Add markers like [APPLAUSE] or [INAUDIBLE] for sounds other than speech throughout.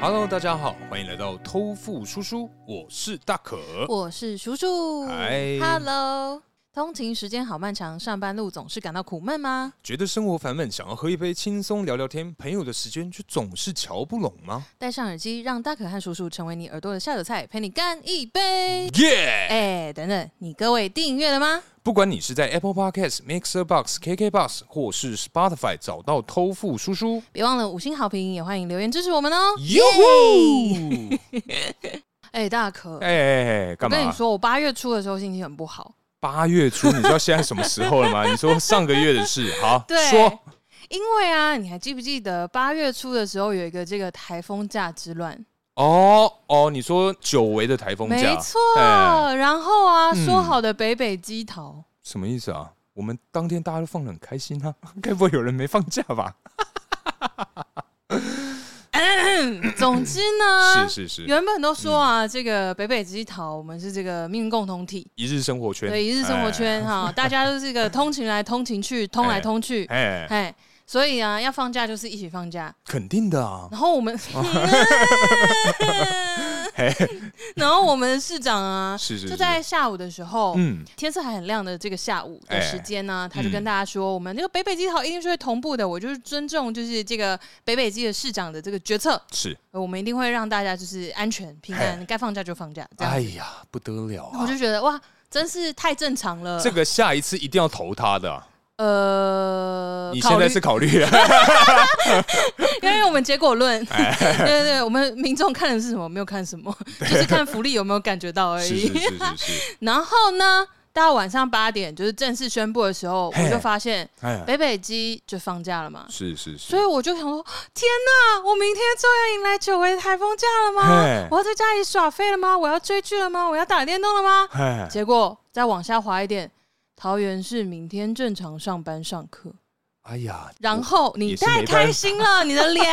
Hello，大家好，欢迎来到偷富叔叔，我是大可。 [LAUGHS] 哎我是叔叔。嗨 Hello，通勤时间好漫长，上班路总是感到苦闷吗？觉得生活烦闷，想要喝一杯轻松聊聊天，朋友的时间却总是瞧不拢吗？戴上耳机，让大可和叔叔成为你耳朵的下酒菜，陪你干一杯。耶、哎、等等，你各位订阅了吗？不管你是在 Apple Podcast、Mixer Box、KK Box 或是 Spotify 找到偷富叔叔，别忘了五星好评，也欢迎留言支持我们哦。哟呼！哎、大可，哎，我干跟你嘛？说，我八月初的时候心情很不好，八月初，你知道现在什么时候了吗？你说上个月的事，好 [LAUGHS] 对说，因为啊，你还记不记得八月初的时候有一个这个台风假之乱？哦哦，你说久违的台风假，没错，哎然后啊，嗯说好的北北基桃。 [LAUGHS] 什么意思啊？我们当天大家都放的很开心啊， [LAUGHS] 该不会有人没放假吧？总之呢，是是嗯是，原本都说啊，这个北北基桃我们是这个命运共同体， [LAUGHS] 一日生活圈，对一日生活圈 [LAUGHS] 哈，大家都是个通勤来通勤去，通来通去，哎哎，哎，哎，所以啊，要放假就是一起放假。肯定的啊，然后 [LAUGHS] 我们， [LAUGHS] 然后我们的市长啊，哎是是，就是在下午的时候。嗯，天色还很亮的这个下午的时间呢，他就跟嗯大家说，我们这个北北基桃一定是会同步的。我就是尊重，就是这个北北基的市长的这个决策，是，呃我们一定会让大家就是安全平安，该放假就放假。这样哎呀，不得了我啊！就觉得哇，真是太正常了。这个下一次一定要投他的啊，呃，你考现虑在是考虑啊？因为我们结果论，哎对 [LAUGHS] 对对，我们民众看的是什么？没有看什么，就是看福利有没有感觉到 [LAUGHS] 而是已是。是是是，然后呢，到晚上八点就是正式宣布的时候，嘿我就发现哎，北北基就放假了嘛。是是是所以，我就想说，天哪！我明天终于迎来久违的台风假了吗嘿？我要在家里耍废了吗？我要追剧了吗？我要打电动了吗？哎，结果再往下滑一点，桃园市明天正常上班上课。哎呀，然后你也是没太办法开心了，你 [LAUGHS] 的脸。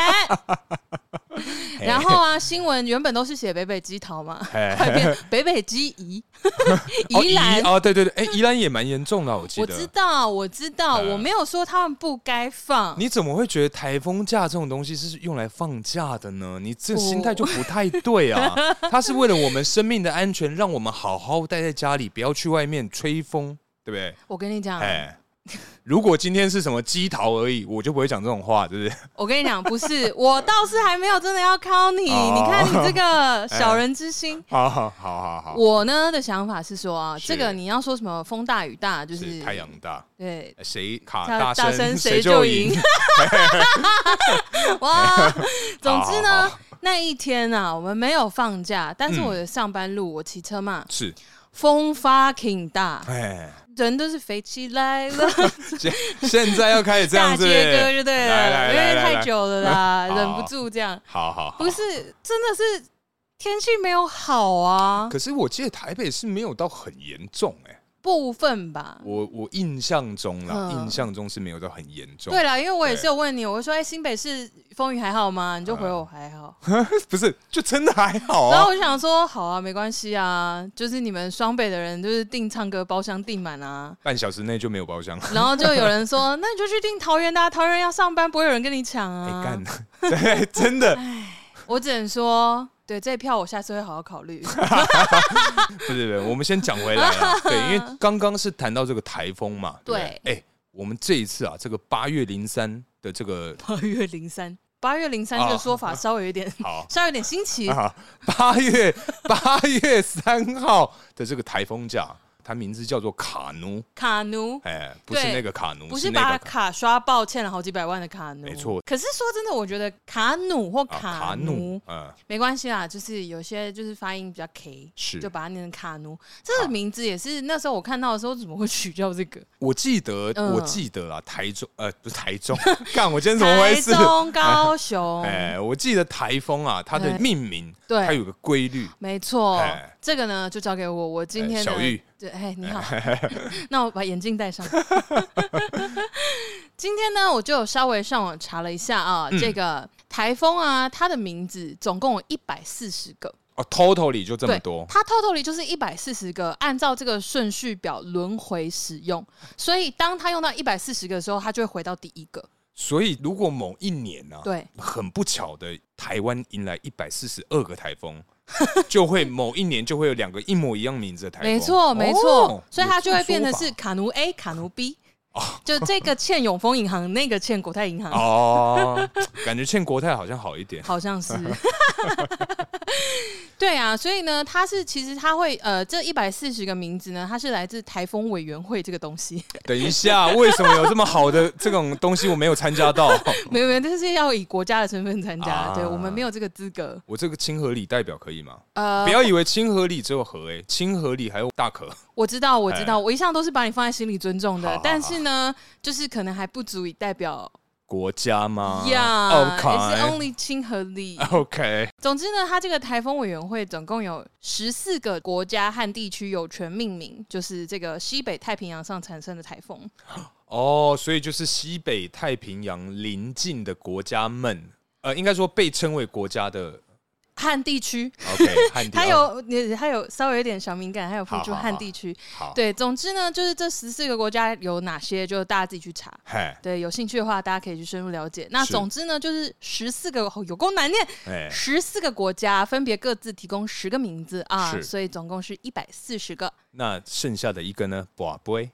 嘿然后啊，新闻原本都是写北北基桃嘛，哎快变 [LAUGHS] 北北基宜， [LAUGHS] 哦宜兰。哦，对对对，哎，宜兰也蛮严重的啊，我记我得知。道，我知道，嗯我没有说他们不该放。你怎么会觉得台风假这种东西是用来放假的呢？你这心态哦就不太对啊！ [LAUGHS] 它是为了我们生命的安全，让我们好好待在家里，不要去外面吹风，对不对？我跟你讲，哎，如果今天是什么鸡桃而已，我就不会讲这种话，对不对？我跟你讲，不是，我倒是还没有真的要 [LAUGHS] 靠你。哦你看你这个小人之 [LAUGHS] 心。 [LAUGHS] 好好好好好，我呢的想法是说啊，哦是这个你要说什么风大雨大，就是是太阳大，对谁卡大大大声声谁就就赢。[LAUGHS] [LAUGHS] 哇，总之好呢好嗯好，那一天啊，我们没有放假，但是我的上班路，我骑车嘛， [LAUGHS] 是，风 fucking 大，哎，人都是飞起来了，现现在要开 [LAUGHS] 始这大样子，街歌就对来来了，因来为来太来久了啦，好忍不住这样，好好好，不是，真的是天气没有好啊，可是我记得台北是没有到很严重哎、部分吧。我我印象中啦，嗯印象中是没有到很严重。对，啦，因为我也对是有问你，我就说：“哎、新北市风雨还好吗？”你就回我还好。不是，就真的还好然啊后。我就想说，好啊，没关系啊，就是你们双北的人就是订唱歌包厢订满啊。半小时内就没有 [LAUGHS] 包厢。 [LAUGHS] 然后就有人说，那你就去订桃园的、啊，桃园要上班，不会有人跟你抢哎、啊。干、 [LAUGHS] 对，真的我只能说，对这一票我下次会好好 [LAUGHS] 考虑。不是不是，我们先讲回来啦。 [LAUGHS] 对，因为刚刚是谈到这个台风嘛。对不对，哎、我们这一次啊，这个八月零三的这 [LAUGHS] 个八月零三，八月零三这个说法稍微有一点，啊好稍微有点新奇。啊，八月 [LAUGHS] 八月三号的这个台风假，它名字叫做卡奴，卡奴哎、不是对那个卡奴，不是那把个卡卡刷爆欠了好几百万的卡奴，没错。可是说真的，我觉得卡努或啊卡卡奴、奴，嗯，没关系啦，就是有些就是发音比较 K，是就把它念成卡奴。这个名字也是那时候我看到的时候，怎么会取叫这个？我记得，嗯我记得啦，台中呃不是台 [LAUGHS] 中，干我今天怎么回台事？ [LAUGHS] 中、高雄，哎，我记得台风啊，它的哎命名对它有个规律，没错哎，这个呢就交给我。我今天哎呢小玉，对，哎，你好， [LAUGHS] 那我把眼镜戴上。 [LAUGHS] 今天呢，我就有稍微上网查了一下啊，嗯这个台风啊，它的名字总共有一百四十个。哦，totally 就这么对多，它 totally 就是一百四十个，按照这个顺序表轮回使用。所以当它用到一百四十个的时候，它就会回到第一个。所以如果某一年呢、啊，对，很不巧的，台湾迎来一百四十二个台 [LAUGHS] 风，就会某一年就会有两个一模一样名字的台风，没错，没错。哦所以它就会变成有这是种卡奴 A、卡奴 B。就这个欠永丰银行，那个欠国泰银行 [LAUGHS] 说法。哦，感觉欠国泰好像好一点，好像 [LAUGHS] 是。对啊，所以呢，它是其实它会呃，这一百四十个名字呢，它是来自台风委员会这个东西， [LAUGHS] 等一下，为什么有这么好的这种东西我没有参加到？没有没有，这是要以国家的身份参加，啊对我们没有这个资格。我这个亲和力代表可以吗？呃不，要以为亲和力只有和诶、亲和力还有大可。我知道，我知道，哎我一向都是把你放在心里尊重好的好，但是呢，就是可能还不足以代表啊国家吗呀，是 o only 亲和力。 k OK，总之呢，它这个台风委员会总共有十四个国家和地区有权命名，就是这个西北太平洋上产生的台风。哦，所以就是西北太平洋邻近的国家们，呃，应该说被称为国家的汉 [LAUGHS] 地区， OK [LAUGHS] 汉地。哦它有也它有稍微有点小敏感，还有附好注好好汉地区。好，对，总之呢，就是这十四个国家有哪些，就大家自己去查。嘿，对，有兴趣的话，大家可以去深入了解。那是总之呢，就是十四个哦有够难念，哎，十四个国家分别各自提供十个名字啊，是所以总共是一百四十个，那剩下的一个呢？宝贝，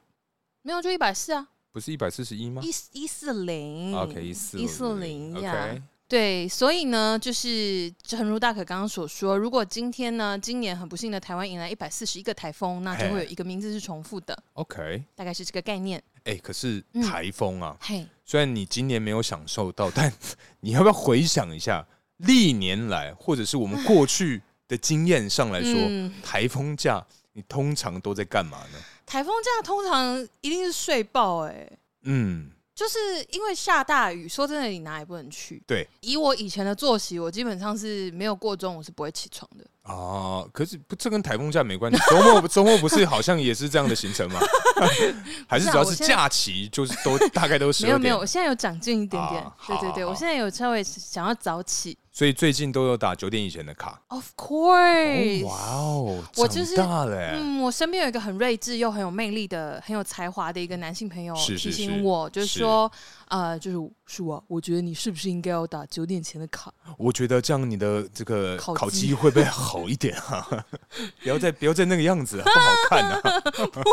没有就一百四啊，不是一百四十一吗一一四零？OK，一四一四零呀 OK，。对，所以呢，就是诚如大可刚刚所说，如果今天呢，今年很不幸的台湾迎来一百四十一个台风，那就会有一个名字是重复的， OK，大概是这个概念。哎、可是嗯台风啊，嘿，虽然你今年没有享受到，但 [LAUGHS] 你要不要回想一下历年来，或者是我们过去的经验上来说，嗯台风假你通常都在干嘛呢？台风假通常一定是睡爆哎、嗯，就是因为下大雨，说真的，你哪也不能去。对以我以前的作息，我基本上是没有过中午是不会起床的。啊，可是不这跟台风假没关系。周末周末不是好像也是这样的行程吗？ [LAUGHS] 还是啊只要是假期，就是都大概都十没有二没点有，我。现在有长进一点点。啊对对好对，好我好现在有稍微想要早起。所以最近都有打九点以前的卡。 Of 哦 course，、哇哦，我就是长大了欸、嗯，我身边有一个很睿智又很有魅力的、很有才华的一个男性朋友是提是醒是我，就是是说，呃，就是是我，我觉得你是不是应该要打九点前的卡？我觉得这样你的这个烤烤鸡鸡会不会好一点啊？ [LAUGHS] 不要再不要再那个样子、啊，不好看 [LAUGHS] 啊！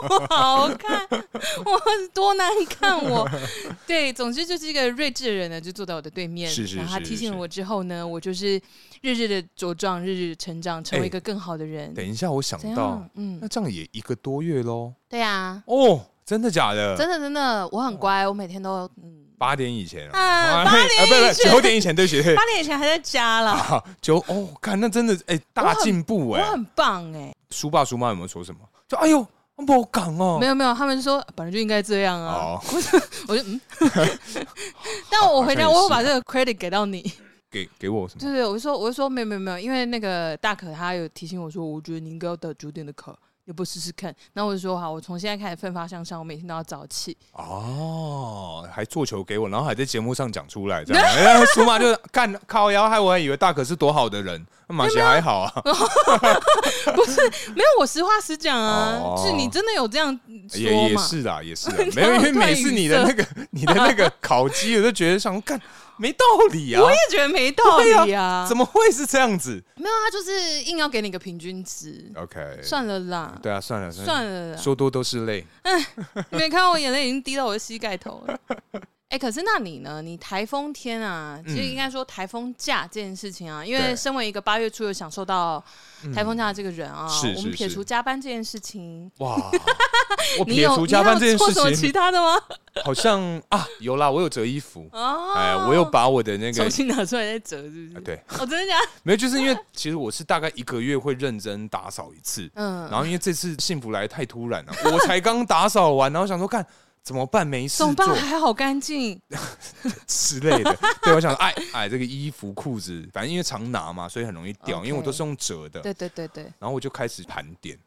不 [LAUGHS] 好看，我多难看我。 [LAUGHS] 对，总之就是一个睿智的人呢，就坐在我的对面，是是然后他是提醒了是我之后呢，我就是日日的茁壮，日日地成长，成为哎一个更好的人。等一下，我想怎到样，？嗯那，这样也一个多月喽。对啊，哦，真的假真的？的真的，我很乖，我每天都嗯，八点以前啊，啊啊 [LAUGHS] 八嘿点啊不以是不是前九点以前，对不起，对不八点以前还在家起 [LAUGHS] 啦，啊九哦，看那真的哎我大很进步我哎。很棒哎。叔爸叔妈有没有说什么？就哎呦，不敢哦没，有没有，他们就说本来就应该这样啊。哦， [LAUGHS] 我就嗯，但我回家好像也是啊我会把这个 credit 给到你，给给我什么？对对，我就说我就说没有没有没有，因为那个大可他有提醒我说，我觉得你应该要打九点的卡，你不试试看？然后我就说好，我从现在开始奋发向上，我每天都要早 [LAUGHS] 起。哦，还做球给我，然后还在节目上讲出来， [LAUGHS] 这样。然后叔妈就干靠腰，害我还以为大可是多好的人，那马西还好啊。没有，我实话实讲啊，哦就是你真的有这样说也也嘛？，是啦，也是啦 [LAUGHS] 没有，因为突然每次语你的那塞个 [LAUGHS] 你的那个烤鸡，我就觉得想干没道理啊，我也觉得没道理啊，怎么会是这样子没有，他就是硬要给你个平均值， ？OK，算了啦，对啊，算了算了，算了啦。说多都是泪。 [LAUGHS] 你没看到我眼泪已经滴到我的膝盖头了。 [LAUGHS] 哎、可是那你呢？你台风天啊，其实应该说台风假这件事情啊，因为嗯对嗯身为一个八月初有享受到台风假的这个人啊，是我们是撇是除加班这件事情， [LAUGHS] 哇，我你哦撇有除加班这件你还有做什么事其情，他 [LAUGHS] 的吗？好像啊，有啦，我有折衣服，哦，哎，我有把我的那个重，新拿出来再折，是不啊是？对，哦，真的假的？没有，就是因为其实我是大概一个月会认真打扫一次，嗯，然后因为这次幸福来太突然了，我才刚打扫完，然后想说干怎么办，没事总办做。还好干净，之类 [LAUGHS] 的。对，我想说，哎哎，这个衣服、裤子，反正因为常拿嘛，所以很容易掉 OK 因为我都是用折的。对对对对，然后我就开始盘点，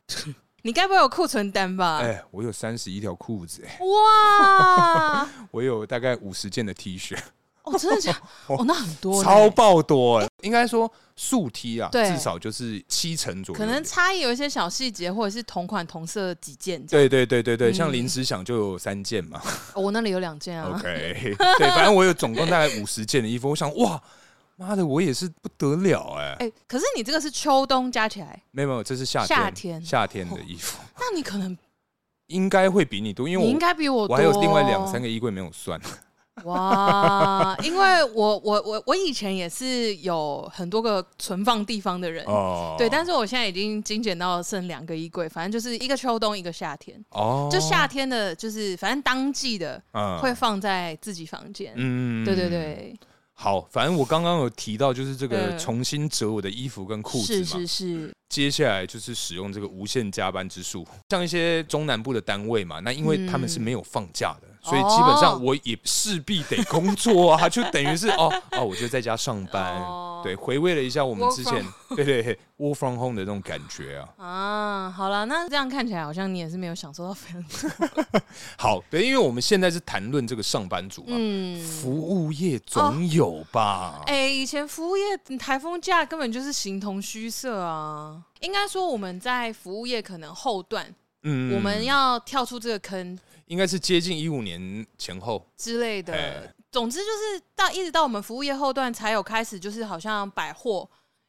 你该不会有库存单吧？哎、我有三十一条裤子、哎哇， [LAUGHS] 我有大概五十件的 T 恤，哦，真的 [LAUGHS] 假的？哦，那很多呢，超爆多哎！应该说速梯啊，对至少就是七成左右。可能差异有一些小细节，或者是同款同色几件这样。对对对对对，像嗯临时想就有三件嘛。哦我那里有两件啊。 [LAUGHS] OK，对，反正我有总共大概五十件的衣服，我想哇，妈的，我也是不得了哎、哎、可是你这个是秋冬加起来，没有没有，这是夏夏天哦夏天的衣服，那你可能应该会比你多，因为你我应该比我我多。哦还有另外两三个衣柜没有算。 [LAUGHS] 哇，因为我我我我以前也是有很多个存放地方的人，哦，对，但是我现在已经精简到剩两个衣柜，反正就是一个秋冬，一个夏天。哦，就夏天的，就是反正当季的嗯会放在自己房间。嗯对对。对，好，反正我刚刚有提到，就是这个嗯重新折我的衣服跟裤子是嘛。是是，接下来就是使用这个无限加班之术，像一些中南部的单位嘛，那因为他们嗯是没有放假的，所以基本哦上我也势必得工作啊，就等于是哦哦，我就在家上班。哦对，回味了一下我们 Work 之前对对对 work from home 的那种感觉啊。啊，好了，那这样看起来好像你也是没有享受到非常好，对，因为我们现在是谈论这个上班族嘛，嗯。服务业总有吧？哎、以前服务业台风假根本就是形同虚设啊！应该说我们在服务业可能后段，嗯我们要跳出这个坑应该是接近一五年前后，之类的。哎总之就是到一直到我们服务业后段才有开始，就是好像百货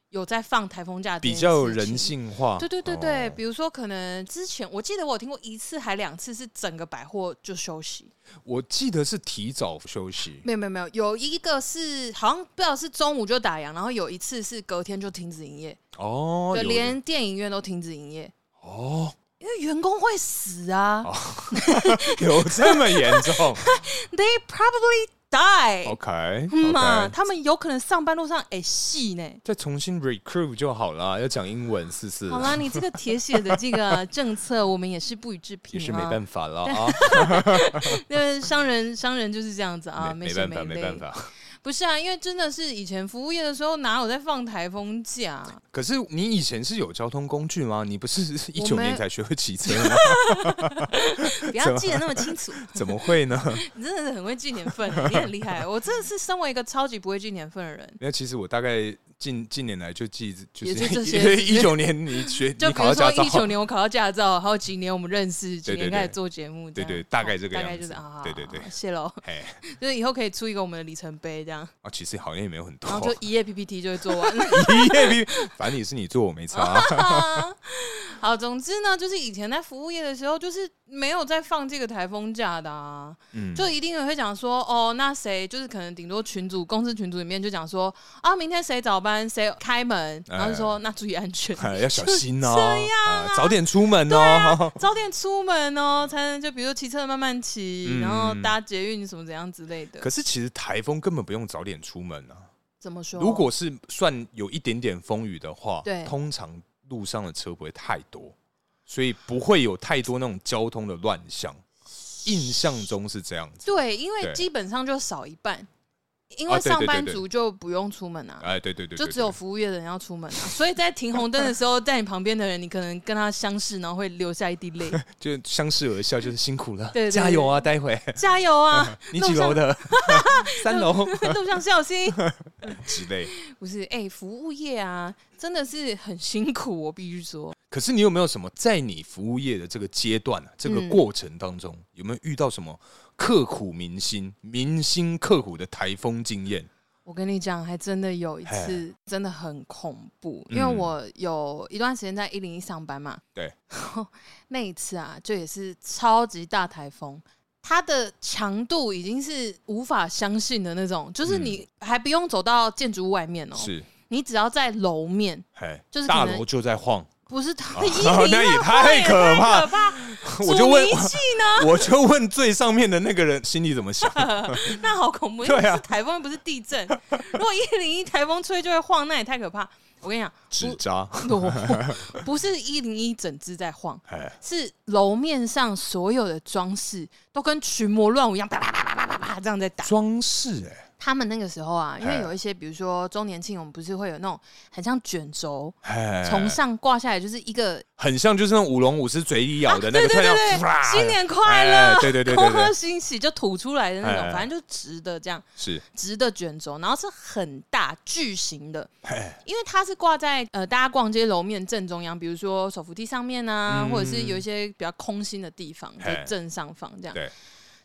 有在放台风假，比较有人。性化。对对对对，哦比如说可能之前我记得我有听过一次还两次是整个百货就休息，我记得是提早休息。没有没有没有，有一个是好像不知道是中午就打烊，然后有一次是隔天就停止营业，哦，对，有连电影院都停止营业，哦， [LAUGHS] 因为员工会死啊、有这么严 [LAUGHS] 重 t h e y probably die， ？OK，嗯嘛 OK 他们有可能上班路上哎戏呢。再重新 recruit 就好了，要讲英文试试，好啦，你这个铁血的这个政策，我们也是不予置评、也啊，是没办法 [LAUGHS] 了啊，那商人商人就是这样子啊，没没心办法，没类办。法。不是啊，因为真的是以前服务业的时候，哪有在放台 [LAUGHS] 风假？可是你以前是有交通工具吗？你不是一我九们年才学会骑车吗？ [LAUGHS] 不要记得那么清楚，怎么会呢？你真的是很会记年份，欸你很厉害。我真的是身为一个超级不会记年份的人，那其实我大概近近年来就记，就也是就这些因为是不是一 [LAUGHS] 九年你学就你比考到如驾说照 [LAUGHS] 一，九年我考到驾照，还有几年我们认识，几对对年对开始做节目这样，对对大概这个大样概子就是啊，对对对谢喽。哎，就是以后可以出一个我们的里程碑这样，啊，其实好像也没有很多然，哦 [LAUGHS] 后就一页 PPT 就会做完。一夜比，反正你是你做我没差哦啊。 [LAUGHS] 好，总之呢，就是以前在服务业的时候，就是没有在放这个台风假的啊，嗯，就一定有会讲说，哦，那谁就是可能顶多群主公司群组里面就讲说，啊，明天谁早班谁开门，然后就说、那注意安全， [LAUGHS] 哎要小就心哦，这样啊啊早点出门哦。早点出门哦，才能就比如说骑车慢慢骑，嗯然后搭捷运什么怎样之类的可。是其实台风根本不用早点出门啊。怎么说？如果是算有一点点风雨的话，哦对通常路上的车不会太多，所以不会有太多那种交通的乱象。印象中是这样子。对，因为对基本上就少一半，因啊为对对上对班对族就不用出门啊。哎，对对对，就对只有对服务业的人要出门、啊， [LAUGHS] 所以在停红灯的时候，在你旁边的人，你可能跟他相视，然后会流下一滴 [LAUGHS] 泪。就相视而笑，就是辛苦了，对对对加油啊！待 [LAUGHS] 会加 [LAUGHS] 油啊，你几楼的？ [LAUGHS] 三楼路上小心。之类。不是，哎、服务业啊，真的是很辛苦，我必须说。可是你有没有什么在你服务业的这个阶段啊，这个嗯过程当中，有没有遇到什么刻骨铭心、铭心刻骨的台风经验？我跟你讲，还真的有一次嘿，真的很恐怖，嗯因为我有一段时间在一零一上班嘛。 [LAUGHS] 对。那一次啊，就也是超级大台风，它的强度已经是无法相信的那种，就是嗯你还不用走到建筑物外面哦、是，你只要在楼面，哎，就是可大能楼就在晃，不是它啊那 [LAUGHS] 也 [LAUGHS] 太可怕可怕！ [LAUGHS] 我就问阻，尼器呢？我就问最上面的那个人心里怎么 [LAUGHS] 想。那好 [LAUGHS] 恐怖，因对啊为是台风，又不是地震。如果一零一台风吹就会晃，那也太可怕。我跟你讲，纸扎，不不是一零一整只在晃，哎，是楼面上所有的装饰都跟群魔乱舞一样，啪啪啪啪啪啪啪这样在打。装饰，哎，他们那个时候啊，因为嘿有一些，比如说周年庆，我们不是会有那种很像卷轴，哎从上挂下来，就是一个很像就是那种舞龙舞狮嘴里咬的那个，啊对对突然对要啪新年快乐哎，对对对对空对 [LAUGHS] 喝，欣喜就吐出来的那哎哎种，哎反正就直的这样，是，直的卷轴，然后是很大巨型的，哎因为它是挂在呃大家逛街楼面正中央，比如说手扶梯上面啊，嗯或者是有一些比较空心的地方，嘿就正上方这样。对。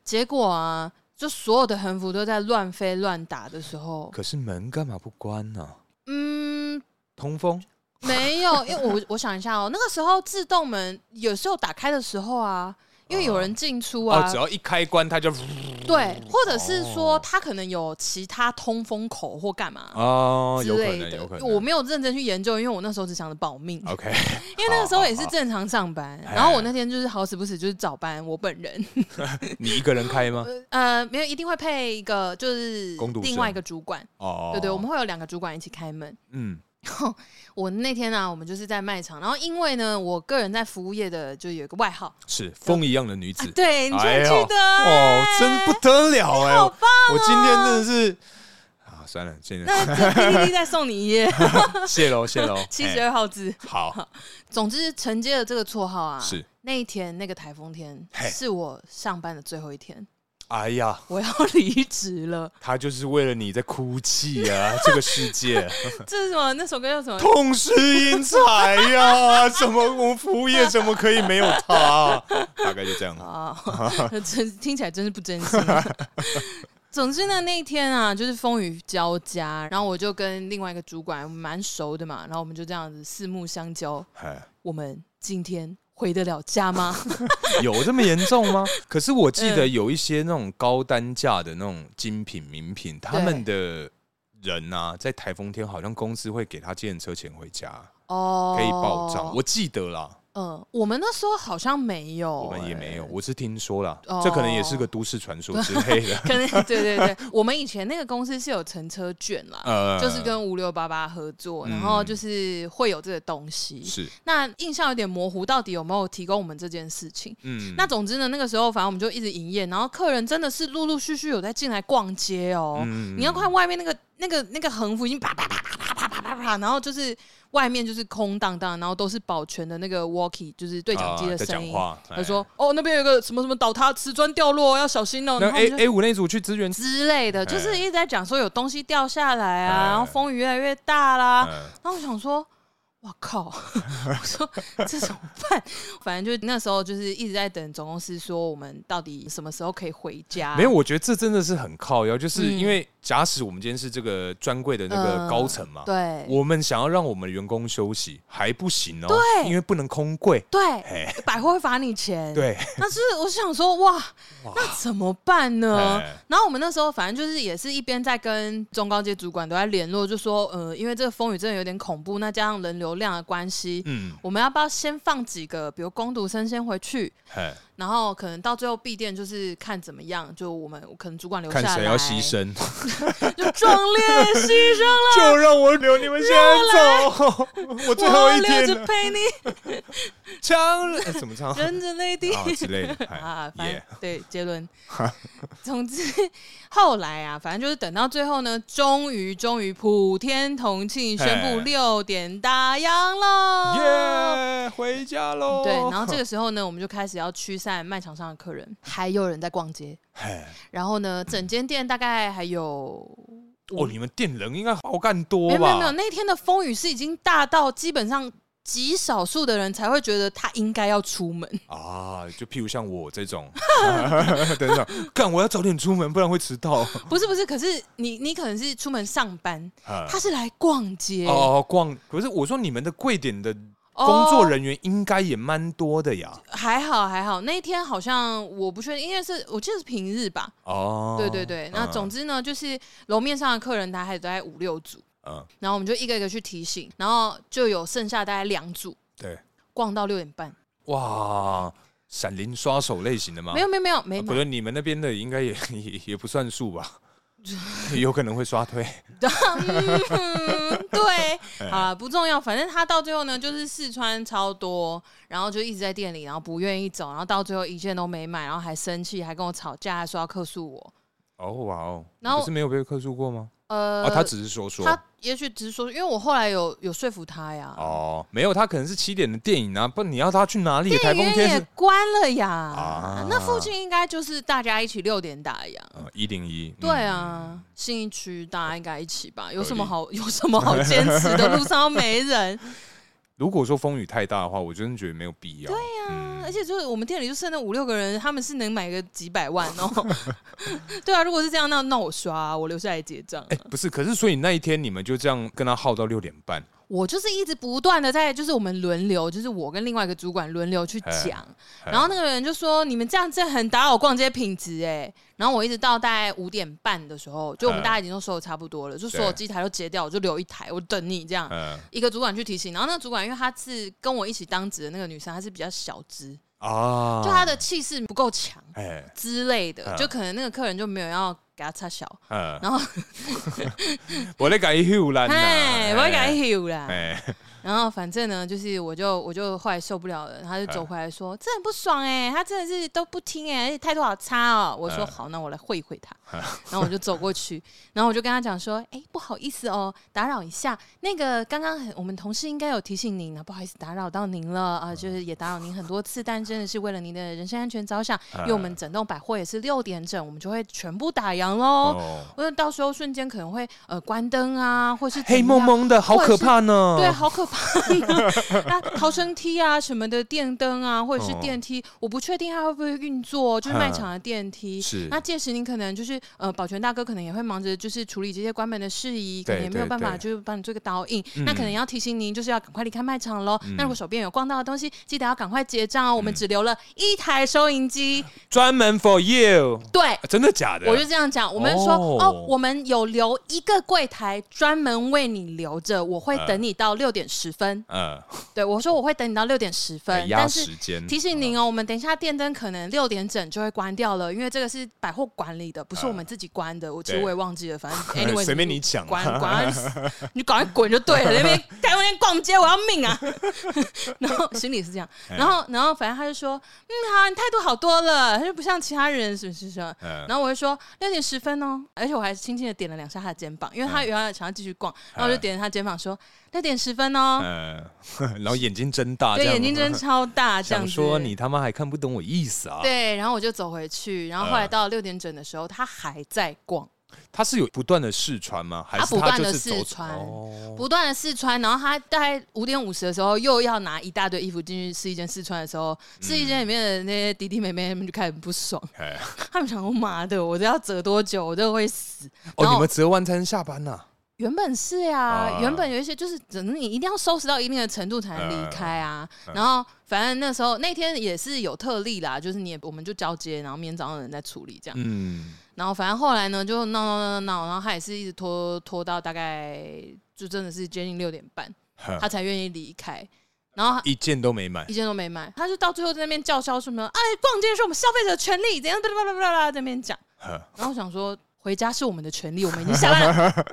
结果啊，就所有的横幅都在乱飞乱打的时候，可是门干嘛不关呢、嗯，通风没 [LAUGHS] 有，因为我我想一下哦，那个时候自动门有时候打开的时候啊，因为有人进出啊，哦，只要一开关它就对，或者是说哦他可能有其他通风口或干嘛。哦，之有可类能，的有可，能。我没有认真去研究，因为我那时候只想着保命。 OK， [LAUGHS] 因为那个时候也好是好正常上班，哎然后我那天就是好死不死就是早班，我 [LAUGHS] 本人你一个人开吗？呃没有一定会配一个就是工读生另外一个主管，哦，对对，我们会有两个主管一起开门。嗯我那天呢、啊我们就是在卖场，然后因为呢，我个人在服务业的就有一个外号，是风一样的女啊子，对，你居哎然呦记得、哦，真不得了哎、好棒！啊我今天真的是啊，算了，现 [LAUGHS] 在那这 PPT 再送你一 [LAUGHS] 页，谢喽谢 [LAUGHS] 喽，七十哎二号字。 [LAUGHS] 好总之，承接了这个绰号啊，是，那一天那个台风天嘿是我上班的最后一天，哎呀，我要离职了。 [LAUGHS] 他就是为了你在哭泣啊， [LAUGHS] 这个世界这是什么？那首歌叫什么？痛失英才呀、怎么我们服务业怎么可以没有他？啊大概就这样了，啊， [LAUGHS] 真听起来真是不真 [LAUGHS] 心。总之呢，那一天啊，就是风雨交加，然后我就跟另外一个主管我们蛮熟的嘛，然后我们就这样子四目相交，哎。我们今天回得了家 [LAUGHS] 吗？有这么严重 [LAUGHS] 吗？可是我记得嗯有一些那种高单价的那种精品名品，他们的人啊，在台风天好像公司会给他计程车钱回家，哦，可以报账。我记得啦，嗯、我们那时候好像没有、我们也没有，哎。我是听说啦哦，这可能也是个都市传说之类 [LAUGHS] 的。可能对对对，我们以前那个公司是有乘车券啦，呃就是跟五六八八合作，然嗯后就是会有这个东西。是那印象有点模糊，到底有没有提供我们这件事情？嗯，那总之呢，那个时候反正我们就一直营业，然后客人真的是陆陆续续有在进来逛街哦。嗯你要看外面那个那个那个横幅已经啪啪啪啪啪啪啪啪啪，然后就是外面就是空荡荡，然后都是保全的那个 walkie，就是对讲机啊的在声讲音。话，他说：“哎哦，那边有一个什么什么倒塌，瓷砖掉落，要小心哦。”哎那然后我 A 们就 A 五那组去支援。之类的，就是哎一直在讲说有东西掉下来啊，哎然后风雨越来越大啦。嗯然后我想说，哇靠！ [LAUGHS] 我说这怎么办？反正就那时候就是一直在等总公司说我们到底什么时候可以回家。没有，，我觉得这真的是很靠腰，就是啊嗯因为假使我们今天是这个专柜的那个嗯高层嘛，对我们想要让我们员工休息还不行哦，对嗯因为不能空柜，对嘿，百货会罚你钱。，对，那就是我想说，哇，那怎么办呢哎？然后我们那时候反正就是也是一边在跟中高阶主管都在联络，就说，呃，因为这个风雨真的有点恐怖，那加上人流量的关系，嗯，我们要不要先放几个，比如工读生先回去，哎，然后可能到最后闭店就是看怎么样，就我们可能主管留下看来，谁要牺，牲，就壮烈牺牲了， [LAUGHS] 就让我留你们先 [LAUGHS] 走，我最后我一天留着了，陪你，强忍，哎 [LAUGHS] 怎么唱 [LAUGHS] 啊忍着泪滴。之类的，哎 [LAUGHS] 啊，反正耶，对 [LAUGHS] 杰伦，总之后来啊，反正就是等到最后呢，终于终于普天同庆，宣布嘿六点打烊了，耶，回家喽，对，然后这个时候呢，我们就开始要驱散卖场上的客人，还有人在逛街，哎，然后呢，整间店大概还有哦，你们店人应该好干多没有没有没有，吧？那天的风雨是已经大到基本上极少数的人才会觉得他应该要出门。 [LAUGHS] 啊，就譬如像我这种， [LAUGHS] 等一下，干，我要早点出门，不然会迟 [LAUGHS] 到。不是不是，可是你你可能是出门上班，哎他是来逛街。哦，逛，可是我说你们的柜点的哦工作人员应该也蛮多的呀。还好还好，那一天好像我不确定，因为是我记得是平日吧。哦，对对对，那嗯总之呢，就是楼面上的客人他还有大概五六组，嗯，然后我们就一个一个去提醒，然后就有剩下大概两组对，逛到六点半。哇，闪灵刷手类型的吗？没有没有没有没啊，买不是你们那边的应该也 [LAUGHS] 也也不算数 [LAUGHS] 吧？有可能会刷退，嗯，对， [LAUGHS] 哎好了，不重要，反正他到最后呢，就是试穿超多，然后就一直在店里，然后不愿意走，然后到最后一件都没买，然后还生气，还跟我吵架，还说要克诉我，哦哇哦，然后可是没有被克诉过吗？呃，啊，他只是说说。他也许只是说，因为我后来有有说服他呀。哦，没有，他可能是七点的电影啊，不，你要他去哪里？台风电影天院也是关了呀，啊那附近应该就是大家一起六点打烊。呃一零一，嗯对，啊，信义区大家应该一起吧？有什么合理好有什么好坚持的？路上又没人，如果说风雨太大的话，我真的觉得没有必要。对呀、啊而且就是我们店里就剩那五六个人，他们是能买个几百万哦。 [LAUGHS] 对啊，如果是这样，那那我刷啊、我留下来结账。哎、不是，可是所以那一天你们就这样跟他耗到六点半，我就是一直不断的在，就是我们轮流，就是我跟另外一个主管轮流去讲，哎然后那个人就说你们这样真的很打扰我逛街品质哎，然后我一直到大概五点半的时候，就我们哎大家已经都收的差不多了，就所有机台都截掉，我就留一台，我等你这样。呃一个主管去提醒，然后那个主管因为她是跟我一起当值的那个女生，她是比较小资，啊，就她的气势不够强哎之类的，嗯就可能那个客人就没有要给她插小，呃，然后我在改 h 啦，哎，我给她改， heal 啦，哎，然后反正呢，就是我就我就后来受不了了，他就走回来说：“这很不爽哎、他真的是都不听哎、而且态度好差哦。”我说：“嗯好，那我来会一会 [LAUGHS] 他。”然后我就走过去，然后我就跟他讲说：“哎、不好意思哦，打扰一下，那个刚刚很我们同事应该有提醒您，啊，不好意思打扰到您了啊、嗯就是也打扰您很多次，但真的是为了您的人身安全着想，嗯因为我们整栋百货也是六点整，我们就会全部打烊喽。哦，因为到时候瞬间可能会呃关灯啊，或是怎黑蒙么样蒙的，好可怕呢。对，啊好可怕 [LAUGHS] 呢！那逃生梯啊什么的，电灯啊，或者是哦哦电梯，我不确定它会不会运作，就是卖场的电梯。是那届时你可能就是呃，保全大哥可能也会忙着就是处理这些关门的事宜，可能对也没有对办法对嗯就是帮你做个导引。那可能要提醒您，就是要赶快离开卖场喽。那如果手边有逛到的东西，记得要赶快结账哦。我们嗯只留了一台收银机，专门 for you，啊对。真的假的？我就这样讲，我们说哦哦我们有留一个柜台专门为你留着，我会等你到六点十分。呃，对，我说我会等你到六点十分，哎压但是时间，提醒您哦，我们等一下电灯可能六点整就会关掉了，因为这个是百货管理的，不是我们自己关的。我其实对我也忘记了，反 [LAUGHS] 正 anyway 随便你讲啊管 [LAUGHS] 管到你赶快滚就对了。那边在那边逛街，我要命啊！ [LAUGHS] 然后心里是这样，哎然后然后反正他就说，嗯，好，你态度好多了，他就不像其他人什么什么什么。嗯然后我就说六点十分哦，而且我还轻轻的点了两下他的肩膀，因为哎他原来想要继续逛，然后我就点了他肩膀说六点十分哦。呃，然后眼睛睁大，对，啊这样眼睛睁超大，这样想子。说你他妈还看不懂我意思啊？对，然后我就走回去，然后后来到六点整的时候，他还在逛，他是有不断的试穿吗？还他是不断就的是走试穿哦不断的试穿，然后他大概五点五十的时候又要拿一大堆衣服进去试衣间试穿的时候，试衣间里面的那些弟弟妹妹们就开始不爽， [LAUGHS] 哎他们想说妈的，我这要折多久，我都会死。哦，然你后们折完才能下班呐？原本是呀、啊原本有一些就是，只能你一定要收拾到一定的程度才能离开啊。然后反正那时候那天也是有特例啦，就是你也我们就交接，然后明天早上有人在处理这样。嗯，然后反正后来呢，就闹闹闹闹闹，然后他也是一直拖拖到大概就真的是接近六点半，哼他才愿意离开。然后他一件都没买一，件都没买，他就到最后在那边叫嚣说什么：“哎，逛街是我们消费者的权利，怎样？”巴拉巴拉巴拉巴拉在那边讲。呵然后我想说，回家是我们的权利，我们已经下班了。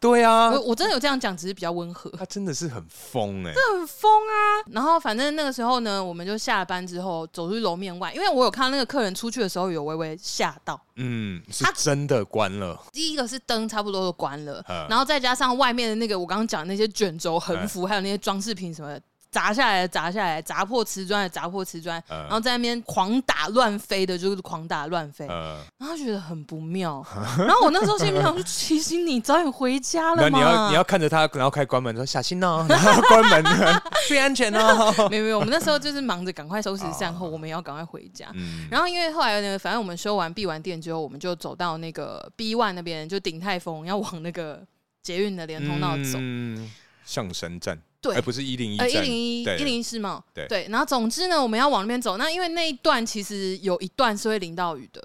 对啊我，我真的有这样讲，只是比较温和。他真的是很疯哎，很疯啊！然后反正那个时候呢，我们就下了班之后走出楼面外，因为我有看到那个客人出去的时候有微微吓到，嗯，是他真的关了，第一个是灯差不多都关了嗯，然后再加上外面的那个我刚刚讲的那些卷轴横幅，还有那些装饰品什么的砸下来的砸下来，砸破瓷砖的砸破瓷砖，嗯然后在那边狂打乱飞的，就是狂打乱飞，呃，然后觉得很 [LAUGHS] 不妙。然后我那时候心里想说，提醒你早点回家那了你要你嘛。要看着他，然后开关门说小心哦， [LAUGHS] 然后关门注意安全哦。 [LAUGHS] 没有没有，我们那时候就是忙着赶快收拾善后，我们也要赶快回家。嗯，然后因为后来呢，反正我们收完闭完店之后，我们就走到那个 B One 那边，就鼎泰丰要往那个捷运的连通道走。嗯，象山站，对哎，不是一零一呃，站，一零一对一零一世贸，对然后总之呢，我们要往那边走。那因为那一段其实有一段是会淋到雨的，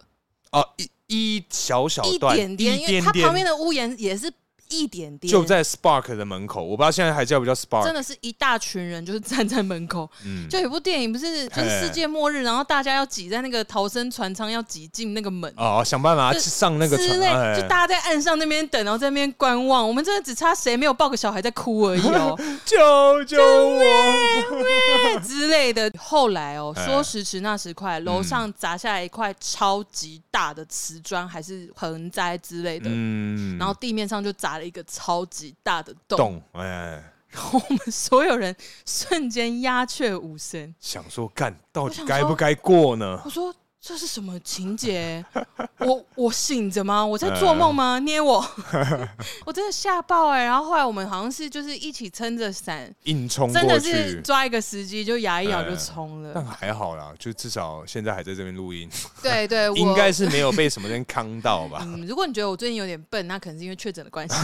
哦，一一小小一段，点点，因为它旁边的屋檐也是一点点，就在 Spark 的门口，我不知道现在还叫不叫 Spark，真的是一大群人，就是站在门口。嗯，就有一部电影不是就是世界末日，然后大家要挤在那个逃生船舱，要挤进那个门哦，想办法去上那个之船，类，哎就大家在岸上那边等，然后在那边观望。我们真的只差谁没有抱个小孩在哭而已 [LAUGHS] 哦，救救我！之类的。后来哦，哎说时迟那时快，楼上砸下来一块超级大的瓷砖，还是盆栽之类的。嗯，然后地面上就砸了一个超级大的洞，懂哎，然后 [LAUGHS] 我们所有人瞬间鸦雀无声。想说干到我底想该不说该过呢？我说这是什么情节？我我醒着吗？我在做梦吗？嗯 [LAUGHS] 捏我！我真的吓爆哎、然后后来我们好像是就是一起撑着伞，硬冲真过的是去，哎抓一个时机就牙一咬就冲了。但还好啦，就至少现在还在这边录音，对对，我应该。是没有被什么人坑到吧？嗯，如果你觉得我最近有点笨，那可能是因为确诊的关 [LAUGHS] 系。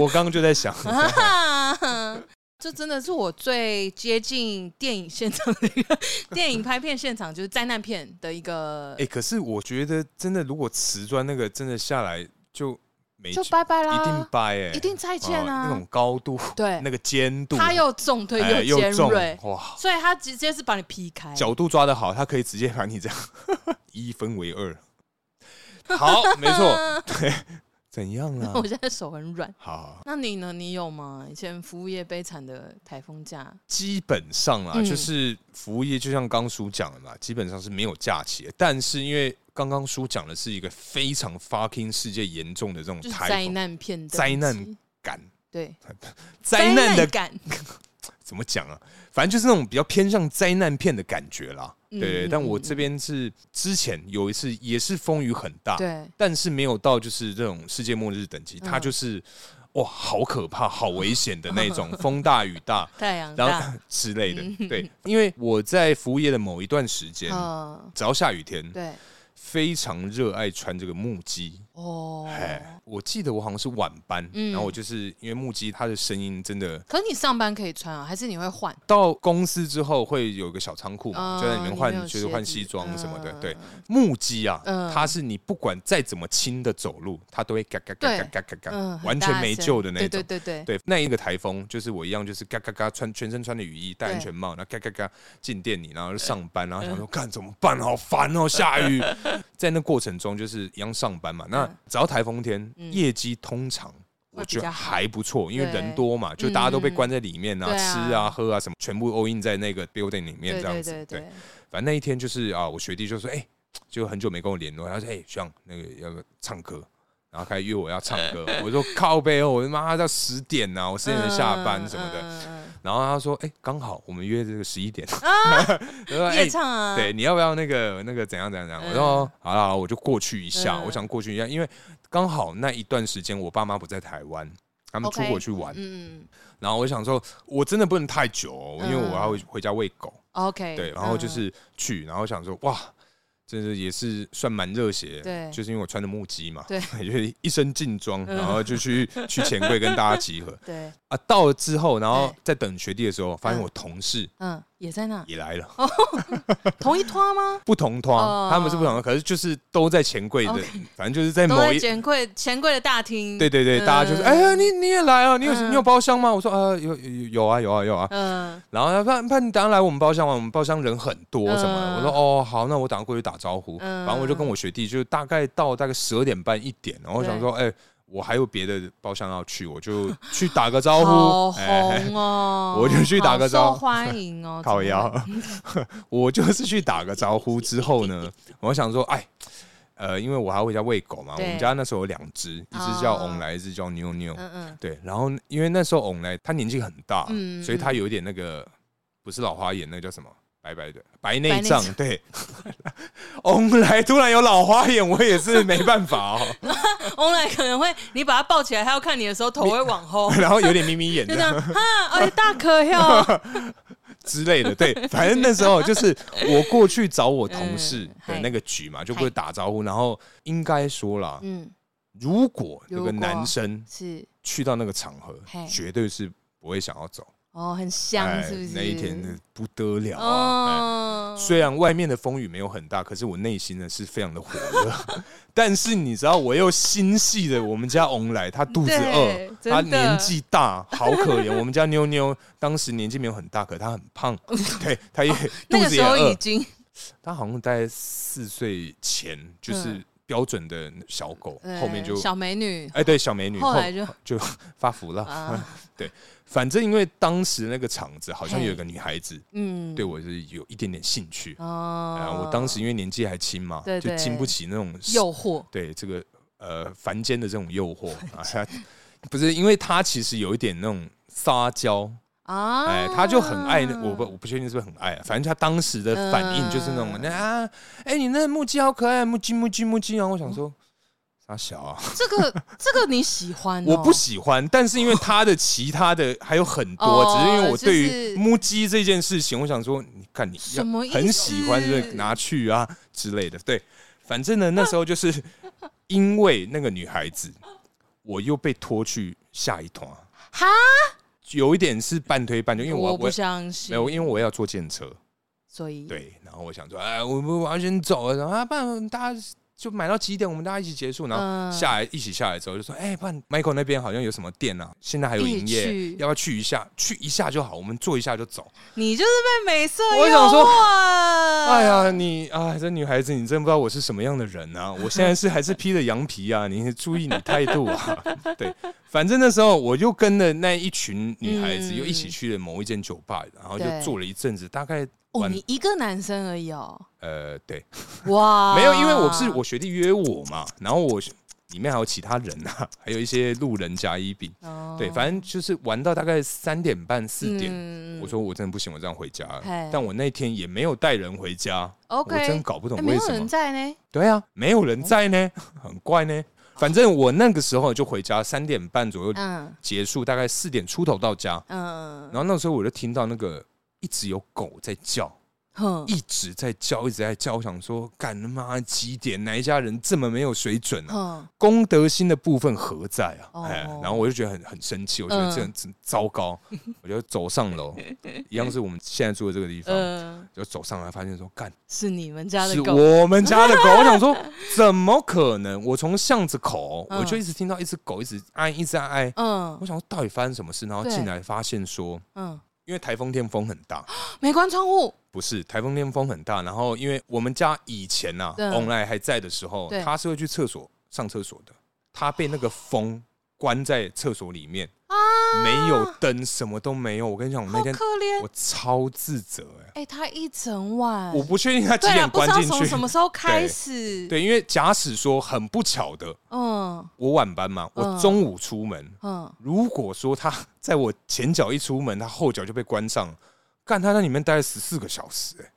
我刚刚就在想，啊 [LAUGHS] 这真的是我最接近电影现场的一个电影拍片现场，就是灾难片的一个哎、，可是我觉得真的，如果瓷砖那个真的下来就没就救拜拜啦，一定掰哎、一定再见哦啊！那种高度，对那个尖度，它又重，对，哎又尖重锐，哇！所以它直接是把你劈开。角度抓得好，它可以直接把你这样 [LAUGHS] 一分为二。 [LAUGHS] 好，没错，怎样啦？我现在手很软。好，那你呢？你有吗？以前服务业悲惨的台风假，基本上啦，嗯就是服务业，就像刚叔讲的嘛，基本上是没有假期的。但是因为刚刚叔讲的是一个非常 fucking 世界严重的这种就是台灾风难片的灾难感，对灾难的感，怎么讲啊？反正就是那种比较偏向灾难片的感觉啦。嗯对，嗯但嗯我这边是之前有一次也是风雨很大，对，但是没有到就是这种世界末日等级，它嗯就是哇，好可怕、好危险的那 [LAUGHS] 种，风大雨大，太阳然 [LAUGHS] 大，后之类的。对，因为我在服务业的某一段时间，嗯，只要下雨天，对，非常热爱穿这个木屐。哦。哎，我记得我好像是晚班，嗯然后我就是因为木屐它的声音真的可你上班可以穿啊，还是你会换？到公司之后会有一个小仓库嘛，嗯就在里面里面有换，就是鞋换子西装什么的。嗯对，木屐啊嗯，它是你不管再怎么轻的走路，它都会嘎嘎嘎对嘎嘎嘎嗯嘎，，很完大全没声救的那对种。对对对，对，那一个台风就是我一样，就是嘎嘎嘎穿全身穿的雨衣，戴安全帽，然后嘎嘎嘎进店里，然后就上班，然后想嗯说干怎么办，好烦哦，下雨。 [LAUGHS] 在那过程中就是一样上班嘛。那嗯只要台风天，嗯业绩通常。我会比觉得较好还不错，因为人对多嘛，就大家都被嗯嗯关在里面啊，对啊吃啊、喝啊什么，全部 all in 在那个 building 里面这对样对子。对对，对，反正那一天就是啊，我学弟就说，哎、就很久没跟我联络，他说，哎、徐像那个要不要唱歌，然后开始约我要唱 [LAUGHS] 歌，我说靠背哦，我他妈到十点呐、啊，我十点才下班什么嗯的。的，然后他说，哎、刚好我们约这个十一点， [LAUGHS] 他说嗯哎夜。唱啊，对，你要不要那个那个怎样怎样怎样？我说哦好啦好啦，我就过去一下，嗯我想过去一下，因为刚好那一段时间我爸妈不在台湾，他们出 OK，国去玩，嗯，嗯然后我想说，我真的不能太久、哦，因为我嗯要回回家喂狗。 ，OK，对，然后就嗯是去，然后想说哇，真是也是算蛮热血，对就是因为我穿的木屐嘛，对， [LAUGHS] 就是一身劲装，嗯然后就去去钱柜跟大家集合对，啊。到了之后，然后对在等学弟的时候，发现嗯我同事嗯，也在那，也来了，同一拖吗？不同团，哦他们是不同团，可是就是都在钱柜的 OK， [LAUGHS] 反正就是在都某在一。钱柜钱柜的大厅。对，对对，大家就是，嗯哎呀，你你也来啊？你有嗯你有包厢吗？我说，呃，有有有啊有啊有啊。嗯，然后他说，那你等下来我们包厢玩，我们包厢人很多什么的。嗯我说哦好，那我等下过去打招呼。嗯反正我就跟我学弟，就大概到大概十二点半一点，然后我想说，哎、我还有别的包厢要去，我 [LAUGHS] 就去打个招好呼。哎红哦， [LAUGHS] 我就去打个招呼，好受欢迎哦 [LAUGHS] 烤腰怎么， [LAUGHS] 我就是去打个招 [LAUGHS] 呼之后呢，我想说，哎，呃，因为我还回家喂狗嘛，我对们家那时候有两只，一只叫哦翁来，一只叫妞妞。样，嗯对，然后因为那时候翁来他年纪很大，嗯所以他有一点那个不是老花眼，那个叫什么？白白的白内障，白内障对。 [LAUGHS] 翁来突然有老花眼，我也是没办法哦。 [LAUGHS] 嗯，翁来可能会，你把他抱起来，他要看你的时候，头会 [LAUGHS] 往后，然后有点眯眯眼就这这样样，哈，哎，大可哟， [LAUGHS] 之类的，对。反正那时候就是我过去找我同事嗯的那个局嘛，就嗨不会打招呼。然后应该说啦，嗯，如果有个如果男生是，去到那个场合嘿，绝对是不会想要走。哦，很香，哎是不是？那一天真的不得了啊！哎哦，虽然外面的风雨没有很大，可是我内心呢是非常的火 [LAUGHS] 热。但是你知道，我又心细的，我们家翁来，他肚子对饿，真他的年纪大，好可怜。我们家妞妞当时年纪没有很大，可她很 [LAUGHS] 胖，对，她也哦那肚个子也时候已饿。经她好像在四岁前就是嗯标准的小狗，后面就呃小美女哎，对，小美女后来就就发福了。啊，反正因为当时那个场子好像有一个女孩子嗯，对我是有一点点兴趣啊、哦，我当时因为年纪还轻嘛，对对就经不起那种诱惑，对这个呃凡间的这种诱惑啊。她不是因为她其实有一点那种撒娇，啊，哎、她就很爱那我不我不确定是不是很爱啊，反正她当时的反应就是那种、嗯啊，哎、你那木屐好可爱，木屐木屐木屐啊！我想哦说。傻小啊，这个这个你喜欢、哦？ [LAUGHS] 我不喜欢，但是因 [LAUGHS] 为他的其他的还有很多，哦只是因为我对就是于木屐这件事情，我想说，你看你什要么意思很喜欢，就拿去啊之类的。对，反正 [LAUGHS] 呢，那时候就是因为那个女孩子，我又被拖去下一团，哈，有一点是半推半就，因为我我我不相信，没有，因为我要坐电车，所以，对，然后我想说，哎，我我要先走了，然后啊，不然大家就买到几点，我们大家一起结束，然后嗯下来一起下来之后就说，哎、不然 Michael 那边好像有什么店啊，现在还有一起营业去，要不要去一下？去一下就好，我们坐一下就走。你就是被美色我诱想说惑。哎呀，你啊，这女孩子，你真不知道我是什么样的人 [LAUGHS] 啊！我现在是还是披着羊皮啊，你注意你态度啊。 [LAUGHS] 对，反正那时候我又跟着那一群女孩子嗯又一起去了某一间酒吧，然后就对坐了一阵子，大概哦，晚你一个男生而已哦，呃，对，哇， [LAUGHS] 没有，因为我啊是我学弟约我嘛，然后我里面还有其他人啊， [LAUGHS] 还有一些路人甲乙丙，哦，对，反正就是玩到大概三点半四点，嗯我说我真的不行，我这样回家了嘿。但我那天也没有带人回家 OK，我真搞不哎懂没为有什么人。在呢，对啊，没有人在呢， [LAUGHS] 很怪呢。反正我那个时候就回家，三点半左右嗯结束，大概四点出头到家。嗯然，后那时候我就听到那个一直有狗在叫，哼，一直在叫，一直在叫。我想说，干他妈几点？哪一家人这么没有水准啊？哼，公德心的部分何在哦啊？哎，然后我就觉得很很生气，我觉得这样真糟糕，嗯我就走上 [LAUGHS] 楼，一样是我们现在住的这个地方，呃，就走上来发现说，干是你们家是的狗，我们家的 [LAUGHS] 狗。我想说，怎么可能？我从巷子口嗯我就一直听到一只狗一直哀，一直哀。我嗯想说到底发生什么事，然后对进来发现说，嗯，因为台风天风很大，没关窗户，不是台风天风很大，然后因为我们家以前呐、啊，嗯翁来还在的时候对，他是会去厕所上厕所的，他被那个风关在厕所里面啊没有灯，什么都没有。我跟你讲，我好那天可怜，我超自责哎、哎，他一整晚，我不确定他几对啊，点不知关道进从去什。么时候开始，，对，因为假使说很不巧的，嗯我晚班嘛，嗯我中午出门，嗯，如果说他 [LAUGHS] 在我前脚一出门，他后脚就被关上了，干他在里面待了十四个小时、欸，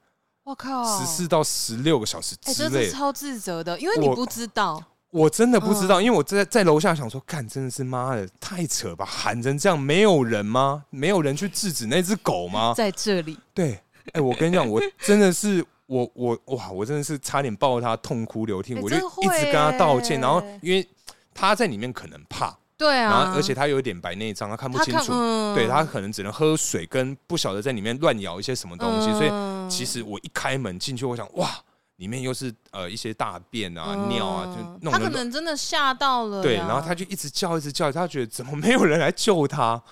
我靠，十四到十六个小时哦哎、之这类是的。超自责的，因为你我不知道，我真的不知嗯道，因为我在在楼下想说，干真的是妈的太扯吧，喊成这样没有人吗？没有人去制止那只狗 [LAUGHS] 吗？在这里，对，哎、我跟你讲，我真的是。我我哇！我真的是差点抱着他痛哭流涕，哎我就真会一直跟他道歉。欸然后因为他在里面可能怕，对啊，然后而且他有一点白内障，他看不他清看楚，嗯对他可能只能喝水，跟不晓得在里面乱咬一些什么东西，所以以其实我一开门进去，我想哇，里面又是呃一些大便啊、尿啊，就嗯他弄可得能真的吓到了呀，对，然后他就一直叫，一直叫，他觉得怎么没有人来救他？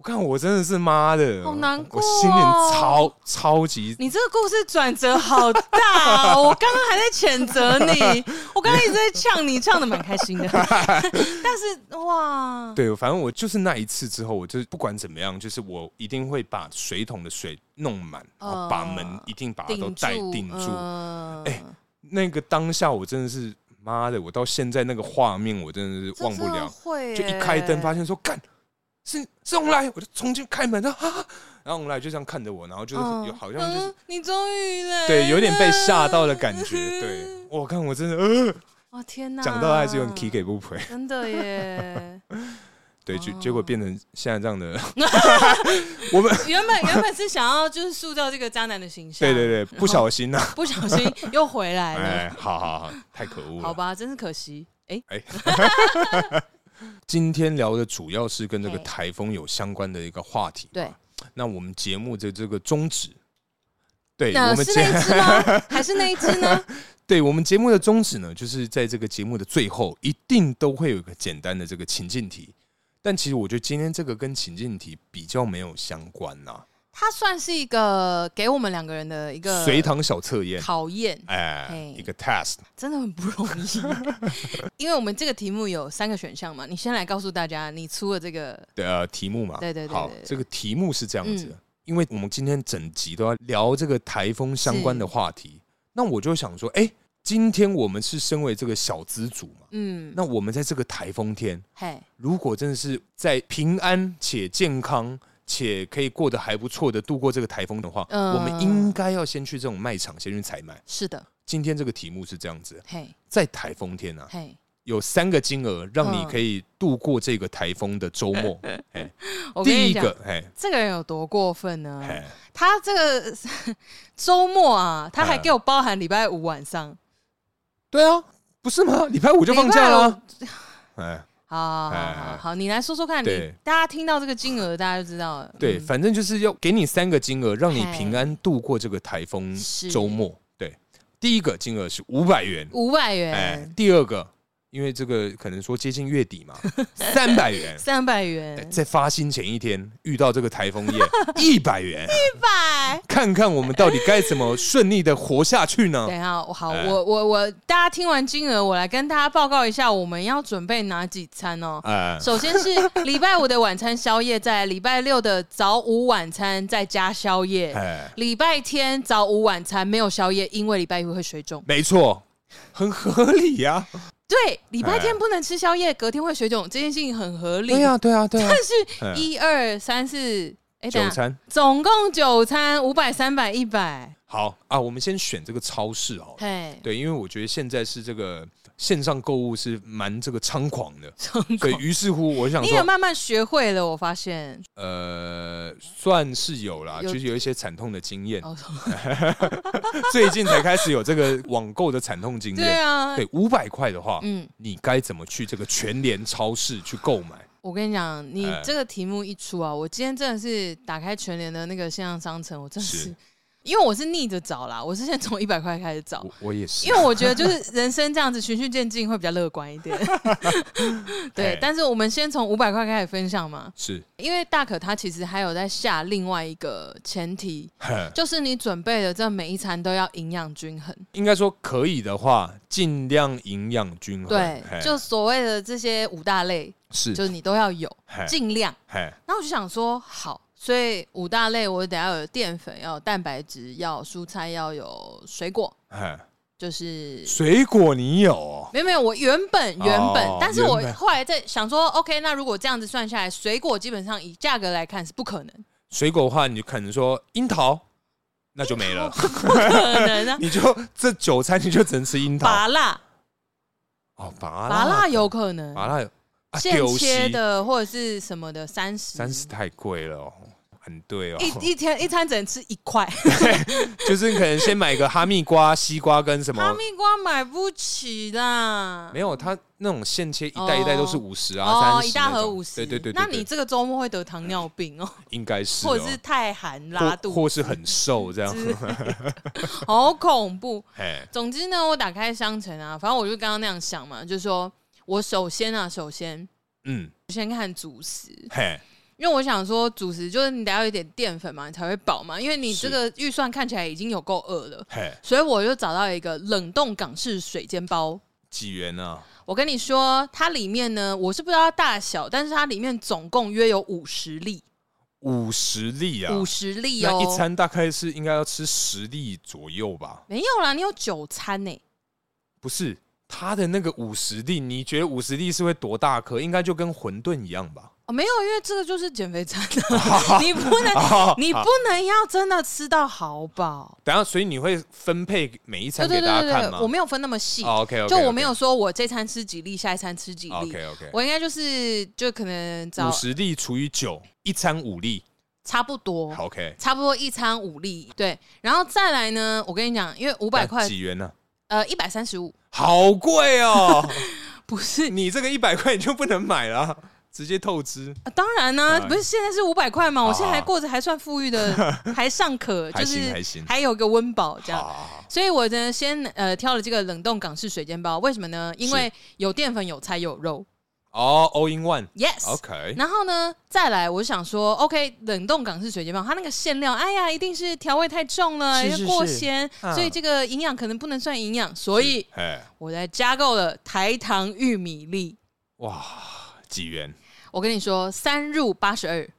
我看我真的是妈的，好难过我心里哦超超级你这个故事转折好大、哦，我刚刚还在谴责 [LAUGHS] 你，我刚刚一直在呛你，呛的蛮开心的，但是哇，对，反正我就是那一次之后，我就是不管怎么样，就是我一定会把水桶的水弄满，然后把门一定把它都哦顶带住，定住。嗯哎那个当下，我真的是妈的，我到现在那个画面，我真的是这忘不真的了。会就一耶开灯，发现说干是是红来，我就冲进开门，然后啊，然后红来就这样看着我，然后就是嗯有好像就是嗯你终于来了，对，有点被吓到的感觉。对，我看我真的呃，哦天哪！讲到还是有点 k 给不赔。真的耶！ [LAUGHS] 对，结哦结果变成现在这样 [LAUGHS] 的，我们原本原本是想要就是塑造这个渣男的形象，对对对，不小心呐。不小心又回来了，哎，好好好，太可恶了。好吧，真是可惜。哎，哎，今天聊的主要是跟这个嘿台风有相关的一个话题。对，那我们节目的这个宗旨对，那我们是节 [LAUGHS] 那一只吗？还是那一只呢？ [LAUGHS] 对我们节目的宗旨呢，就是在这个节目的最后，一定都会有一个简单的这个情境题。但其实我觉得今天这个跟情境题比较没有相关啊呐、它算是一个给我们两个人的一个随堂小测验，考验，哎嘿，一个 test。真的很不容易。 [LAUGHS] 因为我们这个题目有三个选项嘛，你先来告诉大家你出了这个的、呃、题目嘛。对对对好对对，对这个题目是这样子，嗯因为我们今天整集都要聊这个台风相关的话题，那我就想说，哎、今天我们是身为这个小资主嘛，嗯，那我们在这个台风天，嘿，如果真的是在平安且健康。且可以过得还不错的度过这个台风的话，嗯我们应该要先去这种卖场先去采买。是的，今天这个题目是这样子，嘿，在台风天啊，嘿，有三个金额让你嗯可以度过这个台风的周末。哎， [LAUGHS] 我跟第你一讲，嗯个，哎，这个人有多过分呢？哎，他这个周末啊，他还嗯给我包含礼拜五晚上，对啊，不是吗？礼拜五就放假了啊。哎，好好好哎好好，你来说说看，对你大家听到这个金额，大家就知道了。对，嗯反正就是要给你三个金额，让你哎平安度过这个台风是周末。对，第一个金额是五百元，五百哎元，，第二个，因为这个可能说接近月底嘛， [LAUGHS] 三百元。三百哎元，在发薪前一天遇到这个台风夜，一百元， [LAUGHS] 一百。看看我们到底该怎么顺利的活下去呢等？一下，我好，哎我我我，大家听完金额，我来跟大家报告一下，我们要准备哪几餐哦。哎，首先是礼拜五的晚餐宵夜，在礼拜六的早午晚餐再加宵夜，哎，礼拜天早午晚餐没有宵夜，因为礼拜一会水肿。没错，很合理啊呀。对，礼拜天不能吃宵夜，隔天会水肿，这件事情很合理。 [LAUGHS] 对啊呀，对呀，对 [LAUGHS] 呀但。是嗯一二三四，哎，等九一下，餐，总共九餐五百、三百、一百，好啊，我们先选这个超市好了。嘿，对，因为我觉得现在是这个线上购物是蛮这个猖狂 [LAUGHS] 的，所以于是乎我想你也说，慢慢学会了，我发现。呃，算是有啦，有就是有一些惨痛的经验，哦， [LAUGHS] 最近才开始有这个网购的惨痛经对验。啊，对，五百块的话，嗯，你该怎么去这个全联超市去购买？我跟你讲，你哎这个题目一出啊，我今天真的是打开全联的那个线上商城，我真的是，是因为我是逆着找啦，我是 [LAUGHS] 先从一百块开始找。我我也是哦因，为我觉得就是人生这样子循序渐进会比较乐观一 [LAUGHS] 点，对哎。但是我们先从五百块开始分享嘛，是， [LAUGHS] 因为大可他其实还有在下另外一个前提，呵就是你准备的这每一餐都要营养均衡。应该说可以的话，尽量营养均衡。对嘿，就所谓的这些五大类，哎是，哎就是你都要有，嘿尽量。嘿那我就想说，好，所以五大类我得要有淀粉，要有蛋白质，要有蔬菜，要有水果，嘿，就是。水果你有哦？没有没有，我原本原本，哦但是我原本后来在想说，OK，那如果这样子算下来，水果基本上以价格来看是不可能，水果的话，你就可能说樱桃，那就没了，，不可能啊 [LAUGHS] 你就这九餐你就只能吃樱桃。拔辣哦，拔拔辣有可能，拔辣有啊，现切丢西的或者是什么的三十，三十太贵了哦，很对哦，一一天一餐只能吃一块， [LAUGHS] 就是可能先买个哈密瓜、西瓜跟什哈么。密瓜买不起啦，没有，它那种现切一袋一袋都是五十啊，三哦，十、一大盒五十，对对对对那对你这个周末会得糖尿病哦，应该是、哦，或者是太寒或拉肚或是很瘦这样。 [LAUGHS] 之类的，好恐怖。哎，总之呢，我打开商城啊，反正我就刚刚那样想嘛，就是说我首先啊，首先嗯，先看主食，嘿，因为我想说主食就是你得要有一点淀粉嘛，你才会饱嘛，因为你这个预算看起来已经有够饿了，嘿，所以我就找到一个冷冻港式水煎包。几元啊？我跟你说，它里面呢，我是不知道它大小，但是它里面总共约有五十粒，五十粒啊，五十粒那哦，一餐大概是应该要吃十粒左右吧？没有啦，你有九餐欸呢、不是它的那个五十粒，你觉得五十粒是会多大颗？应该就跟馄饨一样吧？哦，没有，因为这个就是减肥餐 [LAUGHS] 啊，你不能，啊，你不能要真的吃到好饱。等一下，所以你会分配每一对餐对给对大对家看吗？哦对，我没有分那么细， OK OK，就我没有说我这餐吃几粒，下一餐吃几粒， OK OK，我应该就是就可能五找十粒除以九，一餐五粒。差不多，好 OK，差不多一餐五粒，对，然后再来呢，我跟你讲，因为五百那块，几元呢？呃，一百三十五，好贵哦！ [LAUGHS] 不是你这个一百块你就不能买了。直接透支，啊当然呢、啊不是现在是五百块嘛，我现在还好好过着还算富裕 [LAUGHS] 的，还尚可，哦还就行是还行还有个温饱这好样。好好，所以我呢，先呃挑了这个冷冻港式水煎包，为什么呢？因为有淀粉、有菜、有肉。哦、a l l in one。 Yes。 OK，然后呢，再来，我想说，OK，冷冻港式水煎包，它那个馅料，哎呀，一定是调味太重了，是又是过是咸，嗯所以这个营养可能不能算营养，所以哎，我再加购了台糖玉米粒。哇，几元？我跟你说，三入八十二，哎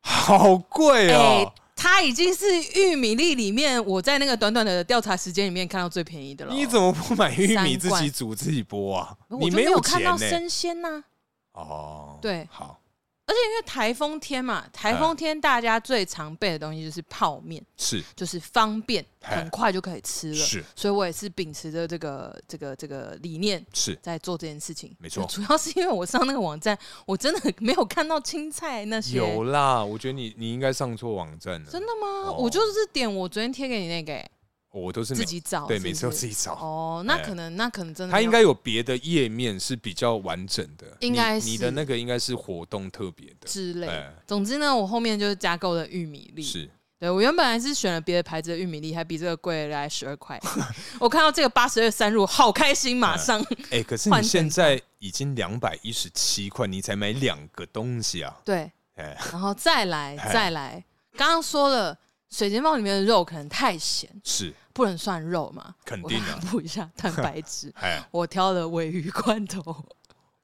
好贵哦！它已经是玉米粒里面我在那个短短的调查时间里面看到最便宜的了。你怎么不买玉米三自罐己煮自己剥啊？我你就没有看钱到呢、生鲜呐、哦，对好而且因为台风天嗯嘛，台风天大家最常备的东西就是泡面，是就是方便，哎很快就可以吃了。是所以我也是秉持着这个这个这个理念是，在做这件事情。没错主要是因为我上那个网站，我真的没有看到青菜那些。有啦。我觉得你你应该上错网站了，真的吗？哦我就是点我昨天贴给你那个、欸我都是自每己找，对是不每次都是自己找。哦，那哎可能那可能真的它没有应该有别的页面是比较完整的，应该你你是的那个应该是活动特别的，之类的哎总之呢，我后面就是加购了玉米粒。是对我原本还是选了别的牌子的玉米粒，还比这个贵了来十二块。 [LAUGHS] 我看到这个八十二三入，好开心，马上。哎、可是你换成现在已经两百一十七块，你才买两个东西啊！ [LAUGHS] 对， [LAUGHS] 哎、然后再来哎再来，刚刚说了。水煎包里面的肉可能太咸，是不能算肉嘛？肯定啊的。我来补一下蛋白质 [LAUGHS] 哎，我挑了尾鱼罐头，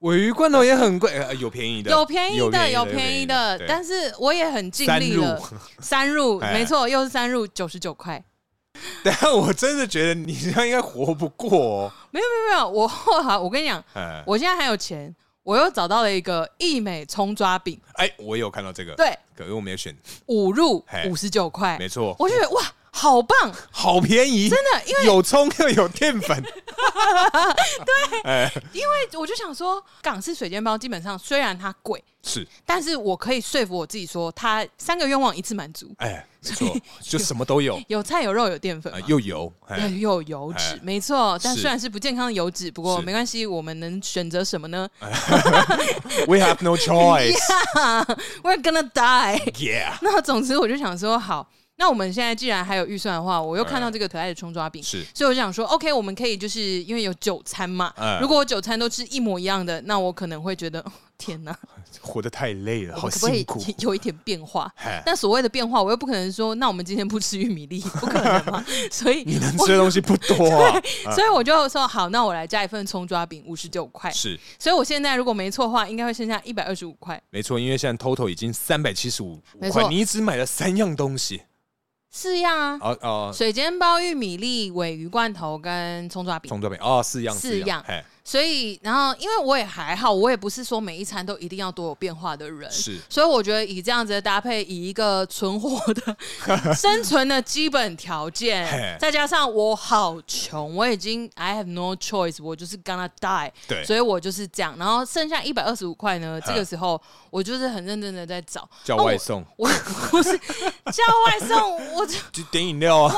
尾鱼罐头也很贵，呃， [LAUGHS] 有便宜的，有便宜的，有有便宜的，对但是我也很尽力了。 [LAUGHS] 三入，哎没错，又是三入，九十九块。但我真的觉得你这样应该活不过哦。 [LAUGHS] 没有没有没有，我后来我跟你讲，哎，我现在还有钱，我又找到了一个益美葱抓饼，哎，我有看到这个，，对，可是我没有选，五入嘿五十九块没，错，我就觉得哇，好棒，好便宜，真的，因为有葱又有淀 [LAUGHS] 粉，因为我就想说，港式水煎包基本上虽然它贵，是，但是我可以说服我自己说，它三个愿望一次满足，哎，没 [LAUGHS] 错，就什么都有，有菜有肉有淀粉啊 [LAUGHS] 嘛。，又油，哎，又有油脂哎，没错，但是虽然是不健康的油脂，不过是哎没关系，我们能选择什么呢 We have [LAUGHS] no choice. ？We're gonna die。 [LAUGHS] Yeah， [LAUGHS] 那总之我就想说，好，那我们现在既然还有预算的话，我又看到哎这个可爱的葱抓饼，是所以我就想说，OK，我们可以就是因为有九餐嘛，哎如果我九餐都吃一模一样的，那我可能会觉得， [LAUGHS] 哦天哪，活得太累了，我好们可不可辛以苦。 [LAUGHS] [LAUGHS] 有一点变化？哎，但所谓的变化，我又不可能说，那我们今天不吃玉米粒，不可能 [LAUGHS] 嘛。所以你能我吃的东西不多啊，所以我 [LAUGHS] 就说好，那我来加一份葱抓饼，五十九块。是所以我现在如果没错的话，应该会剩下一百二十五块，没错，因为现在 total 已经三百七十五没错块，你只买了三样东西，是呀、啊。哦哦，水煎包、玉米粒、尾鱼罐头跟葱抓饼，从这边哦，四样四样样，哎，所以，然后因为我也还好，我也不是说每一餐都一定要多有变化的人，是所以我觉得以这样子的搭配，以一个存活 [LAUGHS] 的生存的基本条件嘿，再加上我好穷，我已经 I have no choice，我就是 gonna die，对所以我就是这样。然后剩下一百二十五块呢，这嗯个时候我就是很认真的在找叫那我外送，我不是叫外送，我就就点饮料啊，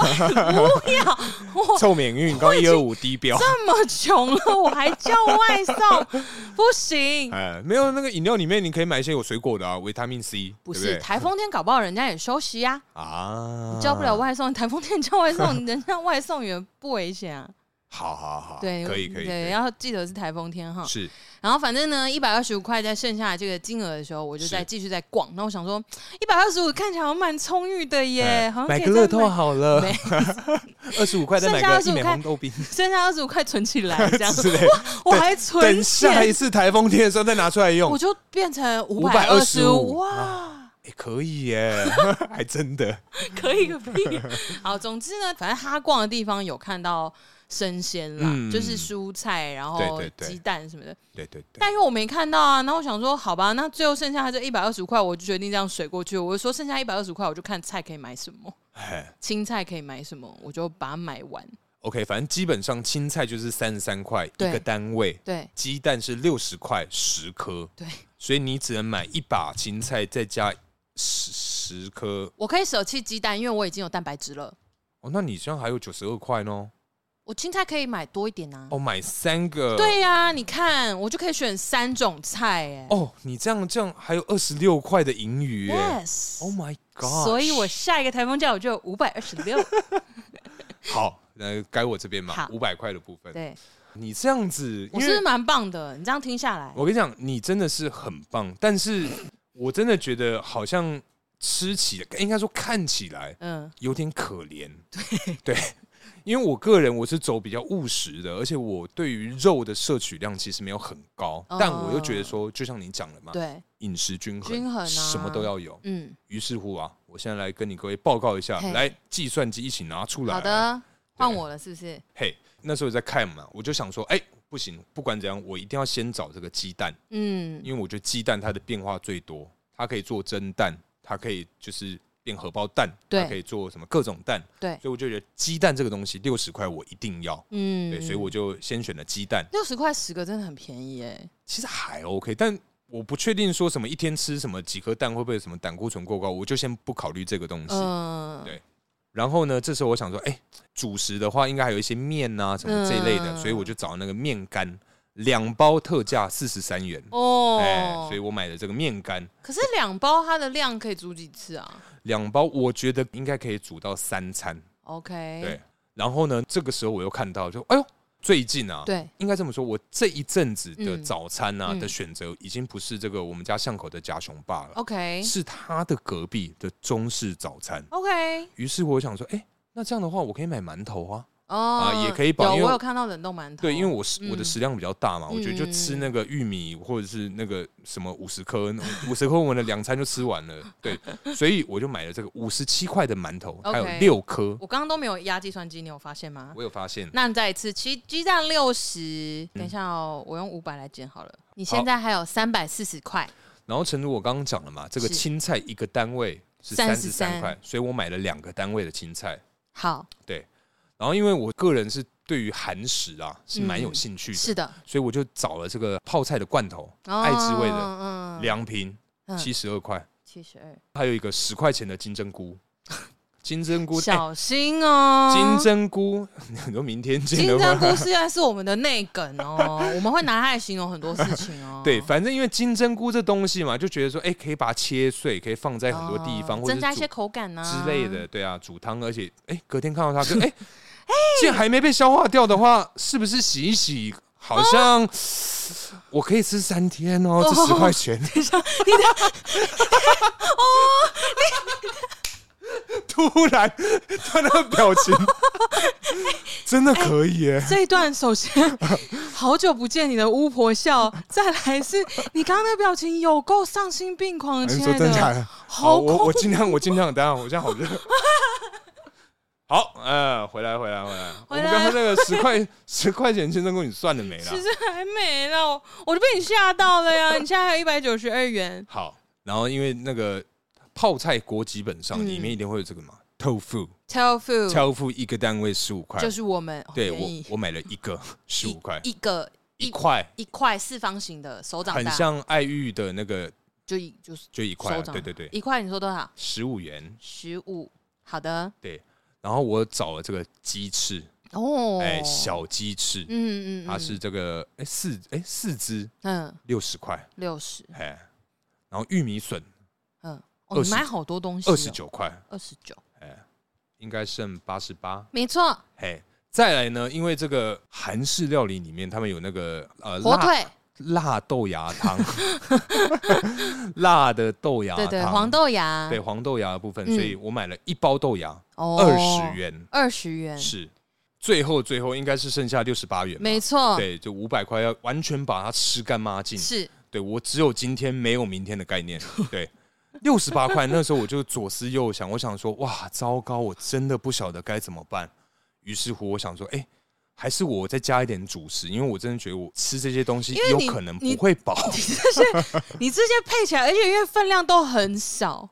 不要 [LAUGHS] 我凑免运，刚一二五低标，这么穷了，我还叫外送，不行。 [LAUGHS] 哎，没有那个饮料里面你可以买一些有水果的啊，维他命 C，不对是对台风天，搞不好人家也休息呀、啊，你叫不了，外送，台风天叫外 [LAUGHS] 送，人家外送员不危险啊。好好好，对，啊可以可以，可对，以要记得是台风天哈。是然后反正呢，一百二十五块在剩下的这个金额的时候，我就是再继续在逛。那我想说，一百二十五看起来好像蛮充裕的耶，哎好像可买以个再乐透好了没， [LAUGHS] 二十五块再买剩下个一25美块红豆 [LAUGHS] 冰剩下二十五块存起 [LAUGHS] 来，这样之类的，我还存等下一钱，次台风天的时候再拿出来用我，就变成五百二十525五哇啊。哎，可以耶， [LAUGHS] 还真的 [LAUGHS] 可以个屁！好，总之呢，反正他逛的地方有看到生鲜啦，嗯就是蔬菜，然后对对对鸡蛋什么的。对对对，但因为我没看到啊，那我想说，好吧，那最后剩下这一百二十块，我就决定这样水过去。我就说剩下一百二十块，我就看菜可以买什么， [LAUGHS] 哎。青菜可以买什么，我就把它买完。 OK，反正基本上青菜就是三十三块一对个单位，对鸡蛋是六十块十颗，对，所以你只能买一把青菜，再加十十颗。我可以舍弃鸡蛋，因为我已经有蛋白质了。哦，那你这样还有九十二块呢？我我青菜可以买多一点啊。哦，买三个，对呀、你看我就可以选三种菜哎、哦，你这样这样还有二十六块的盈余哎 yes，、 ，Oh my God！所以我下一个台风假我就有五百二十六。好，那该我这边嘛好，五百块的部分，对，你这样子，我因是不为是蛮棒的？你这样听下来，我跟你讲，你真的是很棒，但是我真的觉得好像吃起来，应该说看起来嗯，有点可怜，对。 [LAUGHS] 因为我个人我是走比较务实的，而且我对于肉的摄取量其实没有很高，哦但我又觉得说，就像你讲的嘛，对，饮食均衡，均衡啊什么都要有。嗯，于是乎啊，我现在来跟你各位报告一下嘿，来计算机一起拿出来。好，的，换我了是不是？嘿，那时候我在看嘛，我就想说，哎、不行，不管怎样，我一定要先找这个鸡蛋，嗯，因为我觉得鸡蛋它的变化最多，它可以做蒸蛋，它可以就是变荷包蛋，对它可以做什么各种蛋，对，所以我就觉得鸡蛋这个东西六十块我一定要，嗯，对，所以我就先选了鸡蛋，六十块十个真的很便宜哎、其实还 OK，但。我不确定说什么一天吃什么几颗蛋会不会有什么胆固醇过高，我就先不考虑这个东西。嗯，对然后呢，这时候我想说，哎、主食的话应该还有一些面啊什么这一类的，嗯所以我就找那个面干，两包特价四十三元，哎、哦，所以我买了这个面干，可是两包它的量可以煮几次啊两包我觉得应该可以煮到三餐， ？OK，对。然后呢，这个时候我又看到，就哎呦，最近啊，对应该这么说，我这一阵子的嗯早餐啊、嗯的选择已经不是这个我们家巷口的家雄爸了， ，OK 是他的隔壁的中式早餐。 OK，于是我想说，哎、那这样的话，我可以买馒头啊。哦，啊也可以保有因为我有看到冷冻馒头，对，因为我是、我的嗯食量比较大嘛，我觉得就吃那个玉米或者是那个什么五十颗，五十颗我的两餐就吃完了。对，所以我就买了这个五十七块的馒头，还有 OK 六颗。我刚刚都没有压计算机，你有发现吗？我有嗯发现，那你再一次，其实鸡蛋六十，等一下哦，我用五百来减好了。你现在还有三百四十块，然后陈如我刚刚讲了嘛，这个是青菜一个单位是三十三33块，所以我买了两个单位的青菜。好，然后因为我个人是对于韩食啊是蛮有兴趣的，嗯是的，所以我就找了这个泡菜的罐头，哦爱滋味的嗯，两瓶嗯七十二块，七十二，还有一个十块钱的金针 [LAUGHS] 菇。金针菇，哎小啊心哦，金针菇， [LAUGHS] 你说明天见金的针话，。菇虽然是我们的内梗哦，我们会拿它来形容很多事情哦 [LAUGHS] [LAUGHS] 对，反正因为金针菇这东西嘛，就觉得说，哎、可以把它切碎，可以放在很多地方，哦或者增是加一些煮口感呢、之类的，。对啊，煮汤，而且，哎、隔天看到它，就哎，诶既然还没被消化掉的话，是不是洗一洗，好像、我可以吃三天哦，这十块钱， [LAUGHS] 哦突然他那个表 [LAUGHS] 情，真的可以耶、这一段首先，好久不见你的巫婆笑，再来是你刚刚的表情有够丧心病狂，哎你亲说爱真的假的？ [LAUGHS] 好恐我怖我尽量，我尽量，等一下我现在好 [LAUGHS] 热。好，呃，回来，回来，回来。我回来们刚刚那个十块 [LAUGHS] 十块钱金针菇，你算了没啦其？实还没呢，我我就被你吓到了 [LAUGHS] 呀！你现在还有一百九十二元，好，然后因为那个泡菜锅基本上嗯里面一定会有这个嘛，tofu tofu tofu 一个单位十五块就，是我们对哦我便宜我买了一个十五块，一个一块一块四方形的手掌很大，像爱玉的那个就一就是就一块手啊，掌对对对，一块你说多少？十五元。十五，好的然后我找了这个鸡翅，哦，哎，小鸡翅，嗯嗯嗯，它是这个哎四哎四只嗯六十块。六十，哎，然后玉米笋嗯，哦，你29买好多东西、哦，二十，九块，二十九，应该剩八十八。没错，嘿，再来呢，因为这个韩式料理里面他们有那个呃火辣腿，辣豆芽汤， [LAUGHS] 辣的豆芽对汤，对，黄豆芽，对黄豆芽的部分，嗯所以我买了一包豆芽，哦，二十，元二十元，是。最后，最后应该是剩下六十八元吧，没错，对，就五百块要完全把它吃干抹净。是，对我只有今天没有明天的概念。对，六十八块那时候我就左思右想，我想说哇，糟糕，我真的不晓得该怎么办。于是乎，我想说，哎、还是我再加一点主食，因为我真的觉得我吃这些东西因为有你可能你不会饱，你这些配起来，而且因为分量都很少，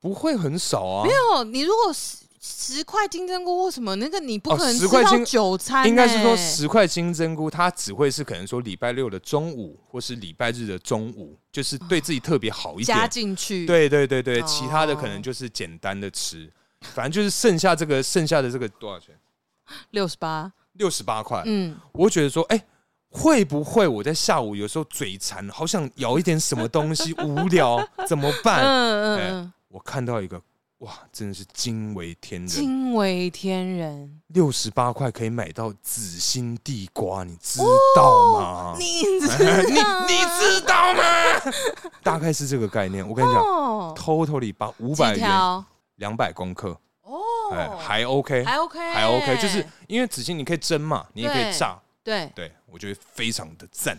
不会很少啊。哦，你如果十十块金针菇或什么那个，你不哦可能10吃块到金九餐欸呢，应该是说十块金针菇，它只会是可能说礼拜六的中午，或是礼拜日的中午，就是对自己特别好一点哦加，进去，，对对对对，哦其他的可能就是简单的吃，反正就是剩下这个剩下的这个多少钱？六十八，六十八块，嗯，我会觉得说，哎、会不会我在下午有时候嘴馋，好想咬一点什么东西，无 [LAUGHS] 聊怎么办？嗯嗯哎嗯，我看到一个，哇，真的是惊为天人，惊为天人，六十八块可以买到紫心地瓜，你知道吗？哦你知啊哎你你知道吗？ [LAUGHS] 大概是这个概念。我跟你讲哦， ，totally 把五百几元条两百公克，哎，哦，还 OK，还 OK，还 OK，就是因为紫心你可以蒸嘛，你也可以对炸，对，对我觉得非常的赞。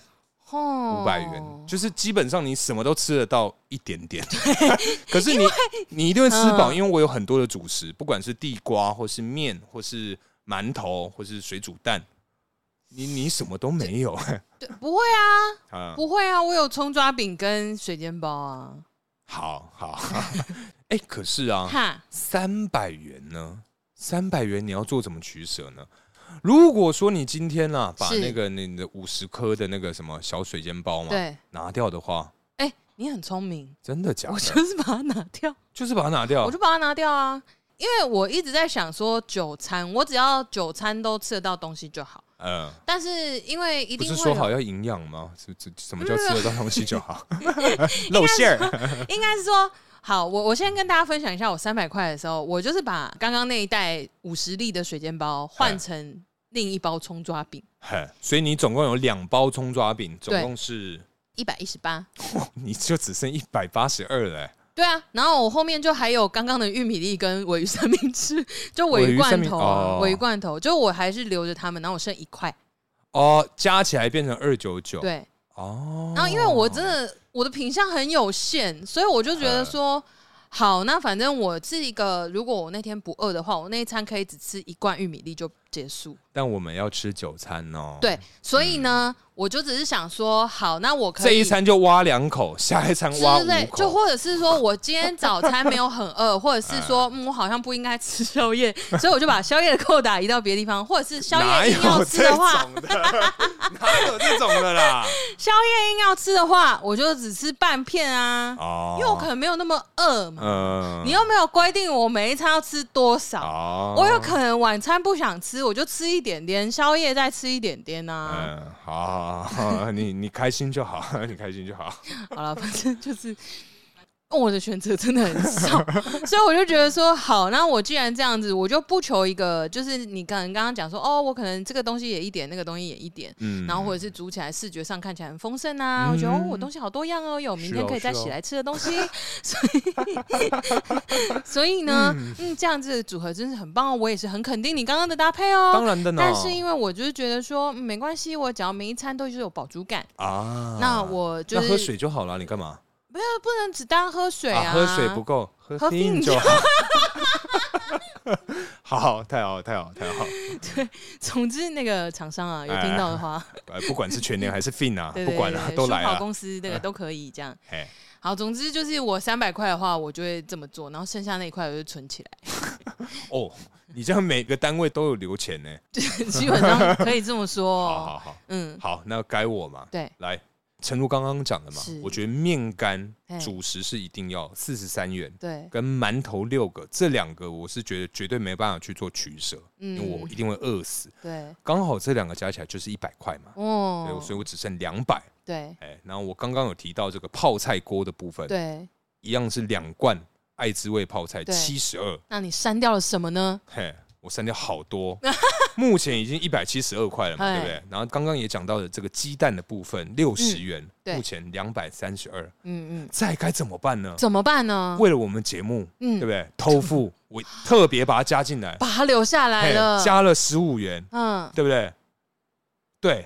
哦，五百元，就是基本上你什么都吃得到一点点， [LAUGHS] 可是你你一定会吃饱，嗯因为我有很多的主食，不管是地瓜或是面或是馒头或是水煮蛋，你你什么都没有 [LAUGHS] 对，不会啊，啊。不会啊，我有葱抓饼跟水煎包啊，好好， [LAUGHS] 哎、可是啊，哈，三百元呢？三百元你要做怎么取舍呢？如果说你今天啊，把是那个你的五十颗的那个什么小水煎包嘛对，拿掉的话，哎，你很聪明，真的假我的？就是把它拿掉。就是把它拿掉我就把它拿掉啊，因为我一直在想说九餐，我只要九餐都吃得到东西就好。嗯。但是因为一不定是会说好有，要营养吗？什什什么叫吃得到东西就 [LAUGHS] 好？露馅儿， [LAUGHS] 应该是说好，我我先跟大家分享一下，我三百块的时候，我就是把刚刚那一袋五十粒的水煎包换成另一包葱抓饼，嘿所以你总共有两包葱抓饼，总对共是， [LAUGHS] 一百一十八。你就只剩一百八十二了欸。对啊，然后我后面就还有刚刚的玉米粒跟尾鱼三明治，就尾尾鱼鱼三罐明头哦啊，尾鱼罐头，就我还是留着它们，然后我剩一块，哦，加起来变成二九九。，对，哦，然后因为我真的我的品相很有限，所以我就觉得说，嗯好，那反正我是一个，如果我那天不饿的话，我那一餐可以只吃一罐玉米粒就结束。但我们要吃九餐哦。，对，所以呢，我就只是想说，好，那我可以嗯这一餐就挖两口，下一餐之挖类五，就口。或者是说我今天早餐没有很饿，或者是说，嗯，我好像不应该吃宵夜，所以我就把宵夜的扣打移到别的地方，或者是宵哪夜硬要有吃这的话，种的？ [LAUGHS] 哪有这种的 [LAUGHS] 啦？宵夜硬要吃的话，我就只吃半片啊，哦，因为我可能没有那么饿嘛。嗯你又没有规定我每一餐要吃多少，哦，我有可能晚餐不想吃，我就吃一点点，宵夜再吃一点点啊呐、嗯，好好好，好你你开心就好， [LAUGHS] 你开心就好。好了，反正就是。我的选择真的很少， [LAUGHS] 所以我就觉得说，好，那我既然这样子，我就不求一个，就是你可能刚刚讲说，哦，我可能这个东西也一点，那个东西也一点，嗯，然后或者是煮起来视觉上看起来很丰盛啊，我觉得嗯哦，我东西好多样哦，有明是哦天可以再是哦洗来吃的东西，所以所以呢，嗯，这样子的组合真是很棒哦，我也是很肯定你刚刚的搭配当哦。然的呢，但是因为我就是觉得说、嗯没关系，我只要每一餐都是有饱足感，啊，那我就那是喝水就好了，你干嘛？呃不能只单喝水啊，喝水不够，喝喝冰就好。 [LAUGHS] 好，太好，太好，太好！ [LAUGHS] 总之那个厂商啊，有哎听到的话，呃，不管是全年还是 fin 啊，对不对管对了，对都来啊舒跑了。公司那个都可以这样。哎，好，总之就是我三百块的话，我就会这么做，然后剩下那一块我就存起来。 [LAUGHS] 哦，你这样每个单位都有留钱呢。基本上可以这么 [LAUGHS] 说好好哦。好，嗯，好，那该我嘛。对，来，诚如刚刚讲的嘛是，我觉得面干哎主食是一定要四十三元，对，跟馒头六个这两个，我是觉得绝对没办法去做取舍，因为我嗯一，定会饿死。对，刚好这两个加起来就是一百块嘛，对，哦，所以我只剩两百。对哎，然后我刚刚有提到这个泡菜锅的部分，对，一样是两罐爱滋味泡菜对七十二，那你删掉了什么呢？嘿，我删掉好 [LAUGHS] 多，目前已经一百七十二块了嘛，哎对不对？然后刚刚也讲到了这个鸡蛋的部分六十元，嗯对目前两百三十二，嗯嗯，再该怎么办呢？怎么办呢？为了我们节目，嗯对不嗯，对？偷富，我特别把它加 [LAUGHS] 进来，把它留下来嘿了。加了十五元，嗯，对不对？对，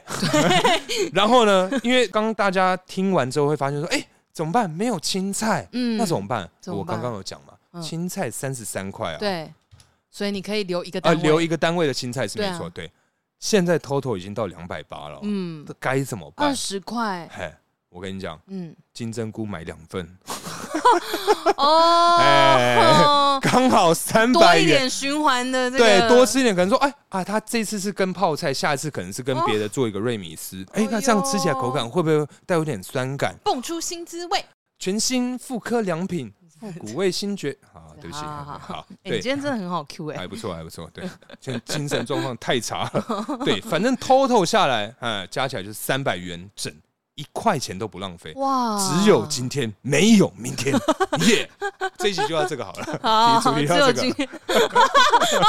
[LAUGHS] 然后呢？因为刚刚大家听完之后会发现说，哎，怎么办？没有青菜，嗯那怎么办？怎么我办刚刚有讲嘛，嗯青菜三十三块啊，对，所以你可以留一个啊，单位留一个单位的青菜是没对错，啊对。现在 total 已经到两百八了，嗯这该怎么二办？十块，嘿，我跟你讲，嗯金针菇买两份，哦哎，刚好三多百一元。点循环的这对，个，多吃一点，可能说，哎啊，他这次是跟泡菜，下一次可能是哦跟别的做一个瑞米丝，哎、那这样吃起来口感会不会带有点酸感？蹦出新滋味。哎全新妇科良品，古味新觉啊，对不起，好好好，哎，你对今。天真的很好 Q 哎还，不错，还不错。 [LAUGHS] 对，现在精神状况太差了。对，反正 total 下来，哎，加起来就是三百元整，一块钱都不浪费。哇，只有今天，没有明 [LAUGHS] 天，耶！这一集就要这个好了，好，主题只要有这今个， [LAUGHS] 天，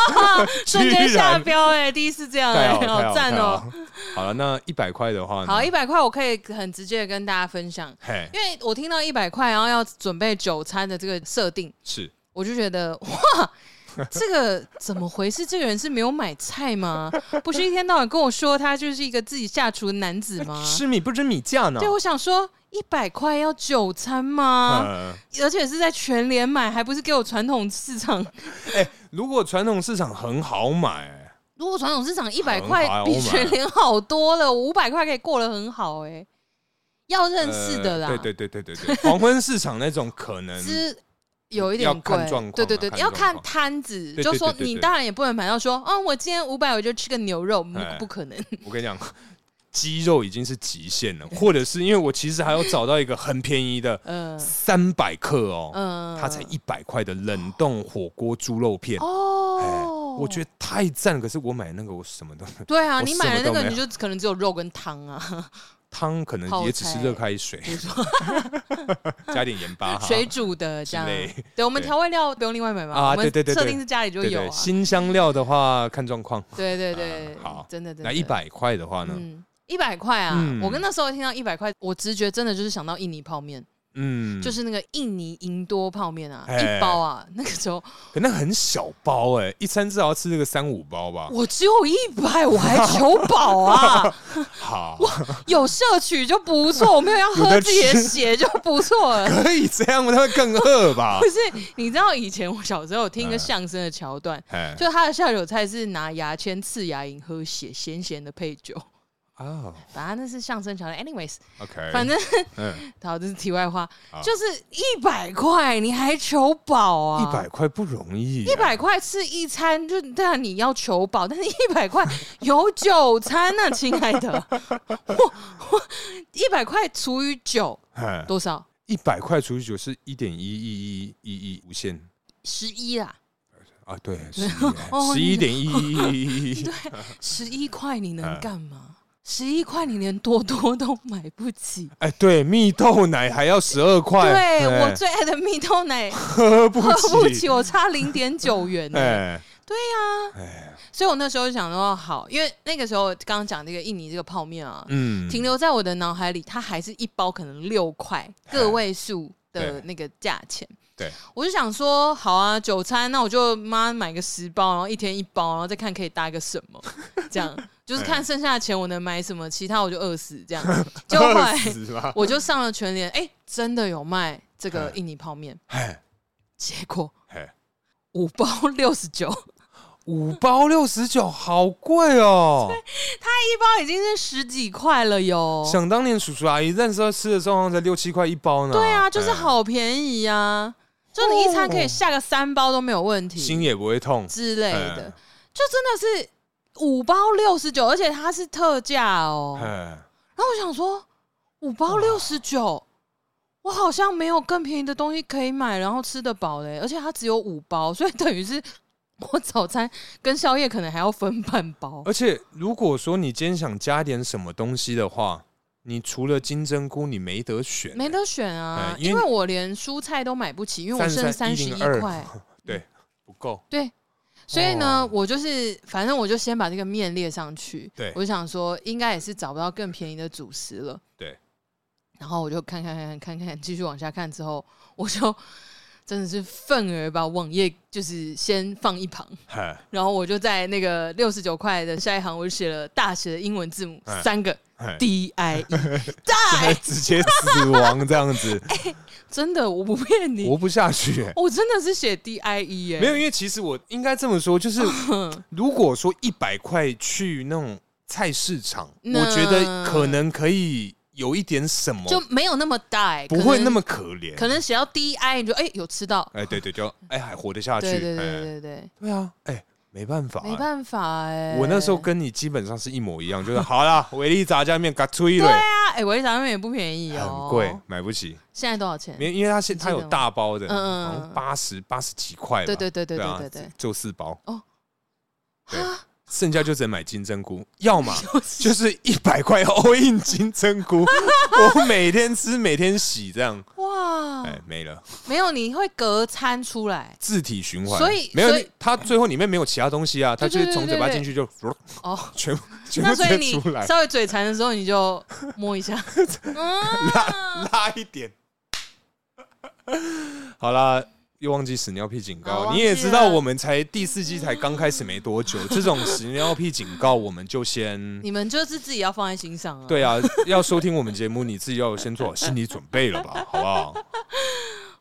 [LAUGHS] 瞬间居下然标哎，第一次这样太哎，好，太好，好赞太哦！好！好了，那一百块的话呢，好，啊一百块我可以很直接的跟大家分享，嘿，因为我听到一百块，然后要准备九餐的这个设定，是我就觉得哇，这个怎么回事？这个人是没有买菜吗？不是一天到晚跟我说他就是一个自己下厨的男 [LAUGHS] 子吗？吃米不知米价呢对，。我想说一百块要九餐吗？嗯，而且是在全联买，还不是给我传统市场？哎，如果传统市场很好买， [LAUGHS] 如果传统市场一百块很好比我买全联好多了，五百块可以过得很好哎、要认识的啦，呃对对对对对对，黄昏市场那种可能是有一要点看贵状况，对对对啊，看要看状况摊子，对就对说对对你对当然也不能买到说，嗯，我今天五百我就吃个牛肉，那个哎不可能。我跟你讲，鸡肉已经是极限了，或者是因为我其实还有找到一个很便宜的嗯三百克哦，嗯，它才一百块的冷冻火锅猪肉片，哎哦，我觉得太赞了。可是我买那个我什么都没有，对啊，我你什买么了那都个没你就可能只有肉跟汤啊，汤可能也只是热开水， [LAUGHS] 加点盐巴哈，水煮的这样啊 [LAUGHS] 之类。对，我们对调味料不用另外买嘛，啊我们对对对设对定是家里就对有对，啊。新香料的话看状况。对对对，啊好真的真的。那一百块的话呢？嗯，一百块啊！嗯我跟那时候听到一百块，我直觉真的就是想到印尼泡面，嗯，就是那个印尼银多泡面啊，哎一包啊，那个时候可那很小包哎，一餐至少要吃这个三五包吧。我只有一百，我还求饱 [LAUGHS] 啊！好，有摄取就不错，我没有要有喝得自己的吃血就不 [LAUGHS] 错了。可以这样吗，他会更饿吧 [LAUGHS] 不？是，你知道以前我小时候有嗯听一个相声的桥段，哎，就他的下酒菜是拿牙签刺牙龈喝血，咸咸的配酒。啊 [LAUGHS] 反正那是相声桥段，anyways， ，OK，反正嗯。好，这是题外话好，就是一百块你还求饱啊？一百块不容易、啊一百块吃一餐，就但你要求饱， [LAUGHS] 但是一百块有九餐呢、亲爱的， [LAUGHS] 哇哇，一百块除以九哎，多少？一百块除以九是一点一一一一一无限十一啊，啊，对， [LAUGHS] 哦十一点一一一哎一一，十一块你能干嘛？十一块你连多多都买不起。哎，对，蜜豆奶还要十二块，对哎我最爱的蜜豆奶喝喝不不起，， [LAUGHS] 我差零点九元呢、哎，所以我那时候就想说好，因为那个时候刚刚讲这个印尼这个泡面啊，嗯，停留在我的脑海里，它还是一包可能六块个位数的对那个价钱。对，我就想说，好啊，九餐，那我就妈买个十包，然后一天一包，然后再看可以搭一个什么，这样就是看剩下的钱我能买什么，其他我就饿死这样。结果后来饿死吧，我就上了全联，哎、真的有卖这个印尼泡面，哎结果哎，五包六十九，五包六十九，好贵哦！一包已经是十几块了哟。想当年叔叔阿姨那时候吃的状况才六七块一包呢，对啊，就是哎，好便宜呀、啊，就你一餐可以下个三包都没有问题。心也不会痛，之类的，嗯就真的是五包六十九，而且它是特价哦。然哎，后我想说，五包六十九，我好像没有更便宜的东西可以买，然后吃得饱嘞，而且它只有五包，所以等于是我早餐跟宵夜可能还要分半包。而且如果说你今天想加点什么东西的话，你除了金针菇，你没得选、没得选啊，嗯因为因为我连蔬菜都买不起，因为我剩三十一33块，对，不够。对，所以呢，哦我就是反正我就先把这个面列上去。对我就想说应该也是找不到更便宜的主食了。对，然后我就看看看看看看，继续往下看之后，我就 [LAUGHS] 真的是愤而把网页就是先放一旁，嗨然后我就在那个六十九块的下一行，我就写了大写的英文字母哎三个嗨 [LAUGHS] D I E，还直接死亡这样 [LAUGHS] 子，真的我不骗你，活不下去、欸。我真的是写 D I E 耶、没有，因为其实我应该这么说， [LAUGHS] 就是如果说一百块去那种菜市场，那我觉得可能可以有一点什么，就没有那么大、欸，不可会能那么可怜。可能写到 D I 你就哎、有吃到，哎，对对，就哎还活得下去，对对对哎对对，对啊，哎，没办法、没办法哎、我那时候跟你基本上是一模一样，就是 [LAUGHS] 好啦，维力炸酱面嘎吹对了，啊，哎、我一炸酱面也不便宜哦，很贵，买不起。现在多少钱？因为因为它现你它记得有大包的，吗嗯嗯好像八十八十几块吧。对对对对对啊对对对，就四包哦。对，剩下就只能买金针菇，要么就是是一百块 all in 金针 [LAUGHS] 菇，我每天吃每天洗这样，哇，哎，没了，没有，你会隔餐出 [LAUGHS] 来自体循环。所以没有所以你它最后里面没有其他东西啊，它就对对是从对嘴巴对进去就哦。 [LAUGHS] 全部全那部所以直你接出来，稍微嘴馋的时候，[LAUGHS] 你就摸一下，嗯，拉拉一点。 [LAUGHS] 好啦，又忘记屎尿屁警啊告，忘你记也知道了我们才第四季才刚开始没多久，这种屎尿屁警告我们就先。 [LAUGHS] 你们就是自己要放在心上啊。，对啊，要收听我们节目，你自己要先做好心理准备了吧， [LAUGHS] 好不好？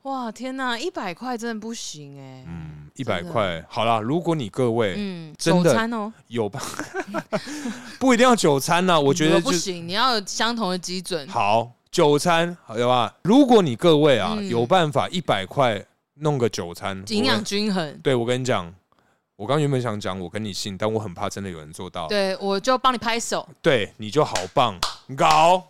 哇，天哪，一百块真的不行哎、嗯，一百块，好啦，如果你各位嗯，真的早餐哦，有吧， [LAUGHS] 不一定要九餐呐，我觉得嗯不就行，你要有相同的基准。好，九餐好对吧？如果你各位啊嗯有办法一百块弄个九餐，营我养均衡。对，我跟你讲，我刚原本想讲我跟你姓，但我很怕真的有人做到。对，我就帮你拍手。对，你就好棒，搞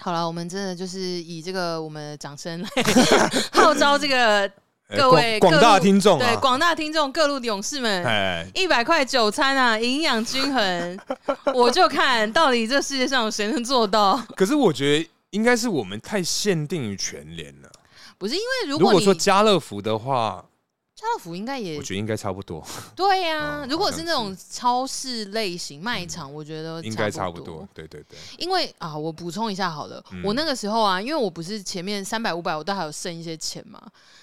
好了，我们真的就是以这个我们的掌声来 [LAUGHS] 号召这个呃各位广广各大路听众对啊，广大听众、各路勇士们，哎，一百块九餐啊，营养均衡，我就看到底这世界上有谁能做到。可是我觉得应该是我们太限定于全联了。不是因为如如果果你说家乐福的话，家乐福应该也我觉得应该差不多，对呀、嗯如果好是像嗯那种超市类型卖场，我觉得应该嗯差差不多。。对对对，因为啊，我补充一下好了，嗯我那个时候啊，因为我不是前面三百五百我都还有剩一些钱嘛，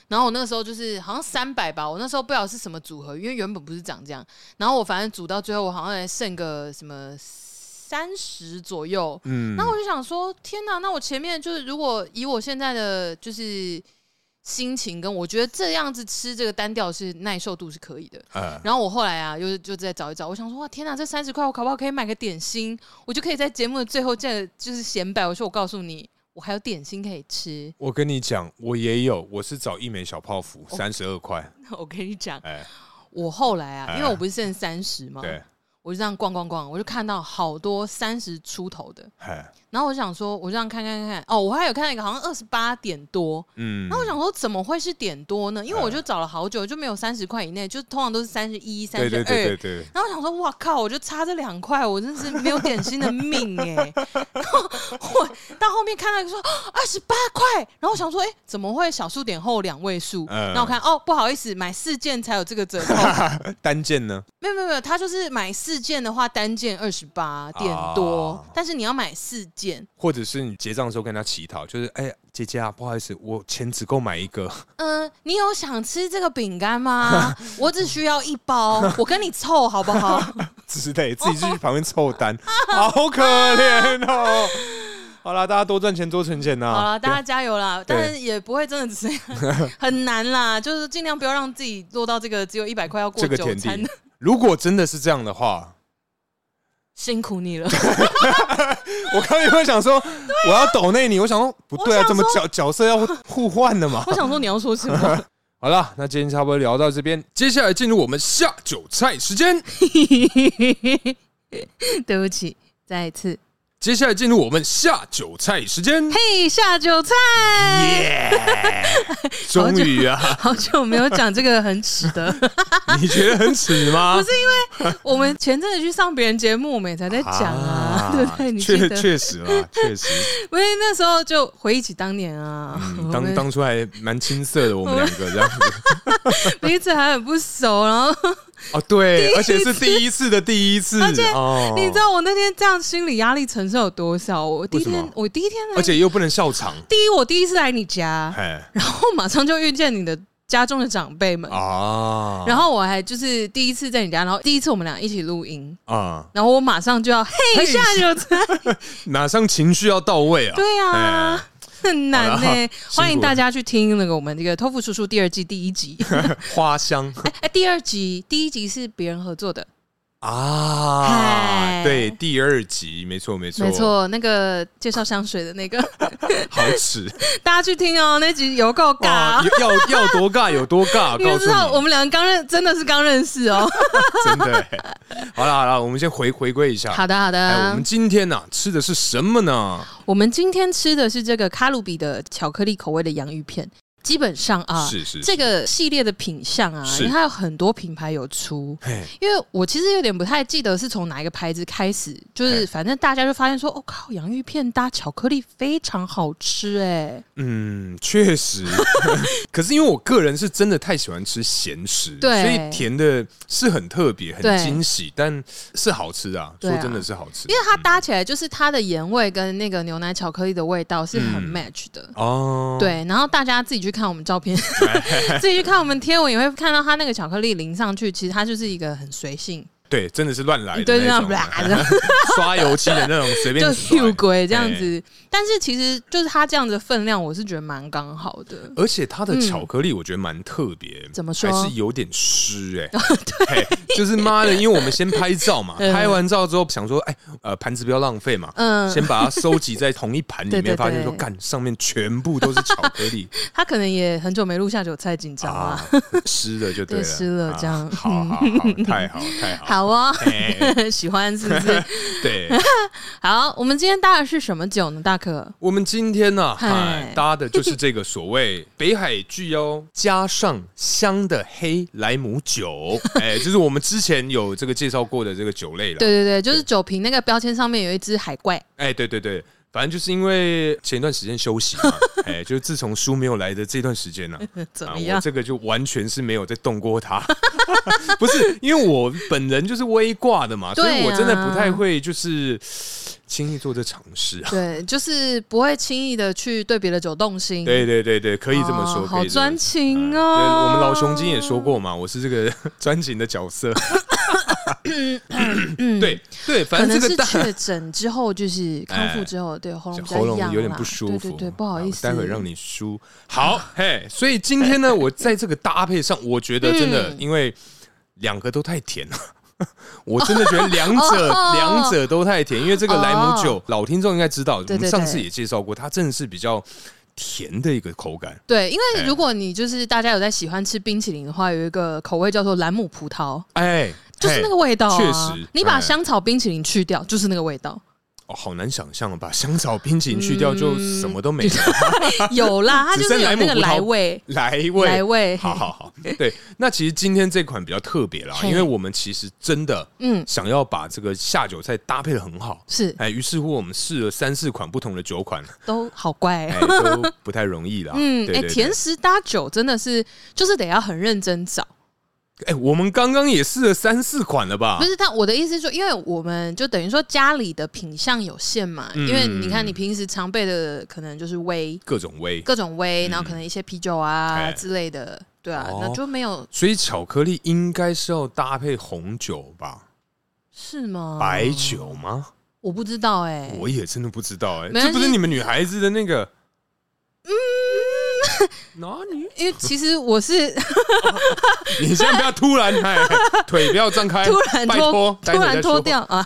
然后我那个时候就是好像三百吧，我那时候不知道是什么组合，因为原本不是长这样，然后我反正组到最后我好像还剩个什么三十左右，嗯那、我就想说，天哪！那我前面就是，如果以我现在的就是心情跟我觉得这样子吃这个单调是耐受度是可以的。呃，然后我后来啊，又就再找一找，我想说，哇，天哪！这三十块我搞不好可以买个点心，我就可以在节目的最后这就是显摆。我说，我告诉你，我还有点心可以吃。 [LAUGHS] 我跟你讲，我也有，我是找一枚小泡芙，哦三十二块，我跟你讲，哎，我后来啊，因为哎我不是剩三十嘛，对，我就这样逛逛逛，我就看到好多三十出头的，哎，然后我就想说，我就这样看看看，哦，我还有看到一个好像二十八点多，嗯那，我想说，怎么会是点多呢？因为我就找了好久，就没有三十块以内，就通常都是三十一、三对对十对对二。对，然后我想说，哇靠！我就差这两块，我真是没有点心的命哎、 [LAUGHS] 然后我到后面看到一个说二十八块，然后我想说，哎、怎么会小数点后两位数？嗯然后我看，哦，不好意思，买四件才有这个折扣。呃单件呢？没有没有没有，他就是买四件的话，单件二十八点多，啊但是你要买四件，或者是你结账的时候跟他乞讨，就是哎、姐姐啊，不好意思，我钱只够买一个， [LAUGHS] 嗯，你有想吃这个饼干吗？我只需要一包，我跟你凑好不好？之类，自己去旁边凑 [LAUGHS] 单，好可怜哦。好啦，大家多赚钱，多存钱呐、好了，大家加油啦！啊对但是也不会真的只是很难啦，就是尽量不要让自己落到这个只有一百块要过这个九田餐地的。，如果真的是这样的话，辛苦你了。我刚有没有想说，我要抖内你？我想说，不对啊，啊我怎想么说角角色要互换的嘛？ [LAUGHS] [LAUGHS] 我想说你要说什么？好啦，那今天差不多聊到这边，接下来进入我们下酒菜时间。对不起，再一次。接下来进入我们下酒菜时间，嘿，哎下酒菜！耶！终于啊，好久没有讲这个很耻的， [LAUGHS] [LAUGHS] 你觉得很耻吗？不是 [LAUGHS] 我们前阵子去上别人节目，我们也才在讲啊， [LAUGHS] 对不对？你记确得？确实啦，确实，因为那时候就回忆起当年啊，嗯 [LAUGHS] 我当们当初还蛮青涩的，我们两个 [LAUGHS] 这样子。彼此还很不熟，然后哦，对，而且是第一次的第一次，而且哦你知，道我那天这样心理压力承受有多少？我第一为什天么，我第一天来，而且又不能笑场，第一我第一次来你家，哎然后马上就遇见你的家中的长辈们，啊，然后我还就是第一次在你家，然后第一次我们俩一起录音，啊，然后我马上就要嘿一下就 [LAUGHS] 在，马上情绪要到位啊，对啊。很难呢、好了欢辛迎苦了大家去听那个我们这个《托付叔叔》 [LAUGHS] 第二季第一集，花香哎、哎第二集第一集是别人合作的，啊嗨，对，第二集，没错没错，没，错，那个介绍香水的那个，好耻， [LAUGHS] 大家去听哦，那集有够哇尬。要要要多尬有多尬，你就告知道诉我你，们两个刚认，真的是刚认识哦。真的 [LAUGHS] 欸。好了好了，我们先回回归一下。好的，好哎，我的们。今天呢吃的是什么呢？我们今天吃的是这个卡鲁比的巧克力口味的洋芋片，基本上啊，是是这，个系列的品相啊，是因为它有很多品牌有出，嘿因为我其实有点不太记得是从哪一个牌子开始，就是嘿反正大家就发现说，哦靠，洋芋片搭巧克力非常好吃哎、嗯，确 [LAUGHS] 实。可是因为我个人是真的太喜欢吃咸食，对所以甜的是很特别、很对惊喜，但是好吃啊。对说啊真的是好吃，因为它搭起来就是它的盐味跟那个牛奶巧克力的味道是很嗯 match 的。哦，对，然后大家自己去看我们 [LAUGHS] 照片，自己去看我们贴文，也会看到它那个巧克力淋上去，其实它就是一个很随性，哎对，真的是乱来的对，那那种，啊 [LAUGHS] 样 [LAUGHS] 刷油漆的那种，随便就甩 Q 龟这样子。哎但是其实就是它这样子的分量，我是觉得蛮刚好的。而且它的巧克力我觉得蛮特别，嗯怎么说还是有点湿 [LAUGHS] 哎、对，就是妈的，因为我们先拍照嘛，嗯拍完照之后想说，哎，呃，盘子不要浪费嘛，嗯，先把它收集在同一盘 [LAUGHS] 里对面，对对发现说，干上面全部都是巧克 [LAUGHS] 力他可能也很久没录下酒菜紧张啊。啊， [LAUGHS] 湿了就对了，对湿了啊这样好好 [LAUGHS] 好，太好太好，好哦， [LAUGHS] 哎，喜欢是不 [LAUGHS] 是？对，好，我们今天搭的是什么酒呢，大可？我们今天呢、嗨嗨，搭的就是这个所谓北海巨妖加上香的黑莱姆 [LAUGHS] 酒，哎，就是我们之前有这个介绍过的这个酒类了。对对对，就是酒瓶那个标签上面有一只海怪，哎，对对对，反正就是因为前一段时间休息 [LAUGHS] 嘛，哎，就是自从书没有来的这段时间呢、嗯怎啊，么我样？这个就完全是没有在动过它， [LAUGHS] 不是因为我本人就是微挂的嘛，所以对我真的啊不太会就是轻易做这尝试啊。对，就是不会轻易的去对别的酒动心。对对对对，可可以这么说，可哦好以这么专说情对，哦。我们老熊精也说过嘛，我是这个 [LAUGHS] 专情的角色。对对，嗯可反正能这是个大确诊之后，就是康复哎之后，对喉咙比较喉痒咙啦有点不舒服，啊对对对，不好意思，待会让你舒好嘿。所以今 [LAUGHS] 天呢，我在这个搭配上，我觉得真的嗯因为两个都太甜了。 [LAUGHS] 我真的觉得两者 [LAUGHS] 哦两者都太甜，因为这个莱姆酒老听众应该知道，我对对们上次对也介绍过，它真的是比较甜的一个口感。对，因哎为如果你就是大家有在喜欢吃冰淇淋的话，有一个口味叫做兰姆葡萄，哎，就是嘿那个味道、啊。确实你把哎香草冰淇淋去掉，就是那个味道。哦，好难想象哦，把香草冰淇淋去掉就嗯什么都没了，有啦，它只就剩是有莱姆那个葡萄来味， [LAUGHS] 来来味。味。好好好，对，那其实今天这款比较特别啦，嘿因为我们其实真的嗯，想要把这个下酒菜搭配的很好，是哎，于是乎我们试了三四款不同的酒 [LAUGHS] 款，都好乖、哎，都不太容易啦。嗯，对哎、对甜对，食搭酒真的是，就是得要很认真找。哎，我们刚刚也试了三四款了吧不？是，但我的意思是说，因为我们就等于说家里的品相有限嘛，嗯因为你看你平时常备的可能就是威，各种味，各种威，嗯然后可能一些啤酒啊哎之类的，对啊，哦那就没有所以巧克力应该是要搭配红酒吧？是吗？白酒吗？我不知道哎、我也真的不知道，哎，没关这不系嗯是你们女孩子的那个。 [LAUGHS] 哪里？因为其实 [LAUGHS] 我是你现在不要突然， [LAUGHS] 哎，腿不要张开，突然哎拜托脱，待会突再然说脱，掉啊，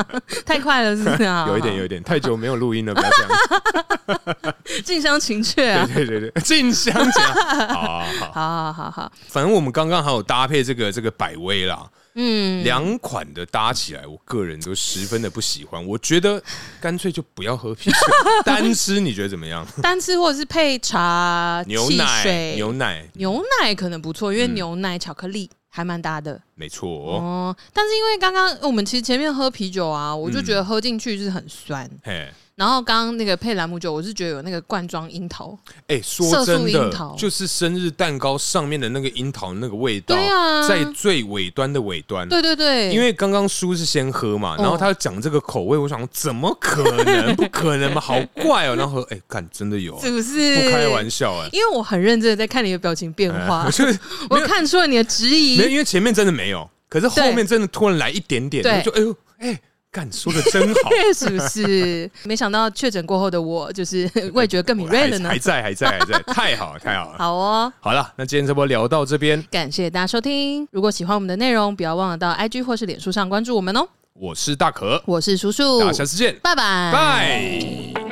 [LAUGHS] 太快了是不是啊？ [LAUGHS] 有一点，有一点，太久没有录音了，不要这样。 [LAUGHS] 近乡情怯啊。对对对对，静香姐， [LAUGHS] 好好好，好好好好，反正我们刚刚还有搭配这个这个百威啦，嗯，两款的搭起来，我个人都十分的不喜欢。我觉得干脆就不要喝 [LAUGHS] 啤酒，单吃你觉得怎么样？单吃或者是配茶、牛汽奶，水、牛奶，牛奶可能不错，因为嗯牛奶、巧克力还蛮搭的没错。哦。但是因为刚刚我们其实前面喝啤酒啊，我就觉得喝进去是很酸，嘿，然后刚刚那个配兰姆酒，我是觉得有那个罐装樱桃，哎，说真色素的樱，桃就是生日蛋糕上面的那个樱桃那个味道对，啊，在最尾端的尾端，对对对，因为刚刚叔是先喝嘛，哦然后他讲这个口味，我想怎么可能？不可能嘛，好怪哦！然后喝，哎、看真的有，是不不是开玩笑哎、因为我很认真的在看你的表情变 [LAUGHS] 化，我就是我看出了你的质没有，疑。因为前面真的没有，可是后面真的突然来一点点，对我就哎呦，哎、干说的真 [LAUGHS] 好，是不是？没想到确诊过后的我，就是 [LAUGHS] 味觉更敏锐了呢哎还。在还在还在，太好了太好了。好哦，好了，那今天这波聊到这边，感谢大家收听。如果喜欢我们的内容，不要忘了到 IG 或是脸书上关注我们哦。我是大可，我是叔叔大，家下次见，拜拜，拜。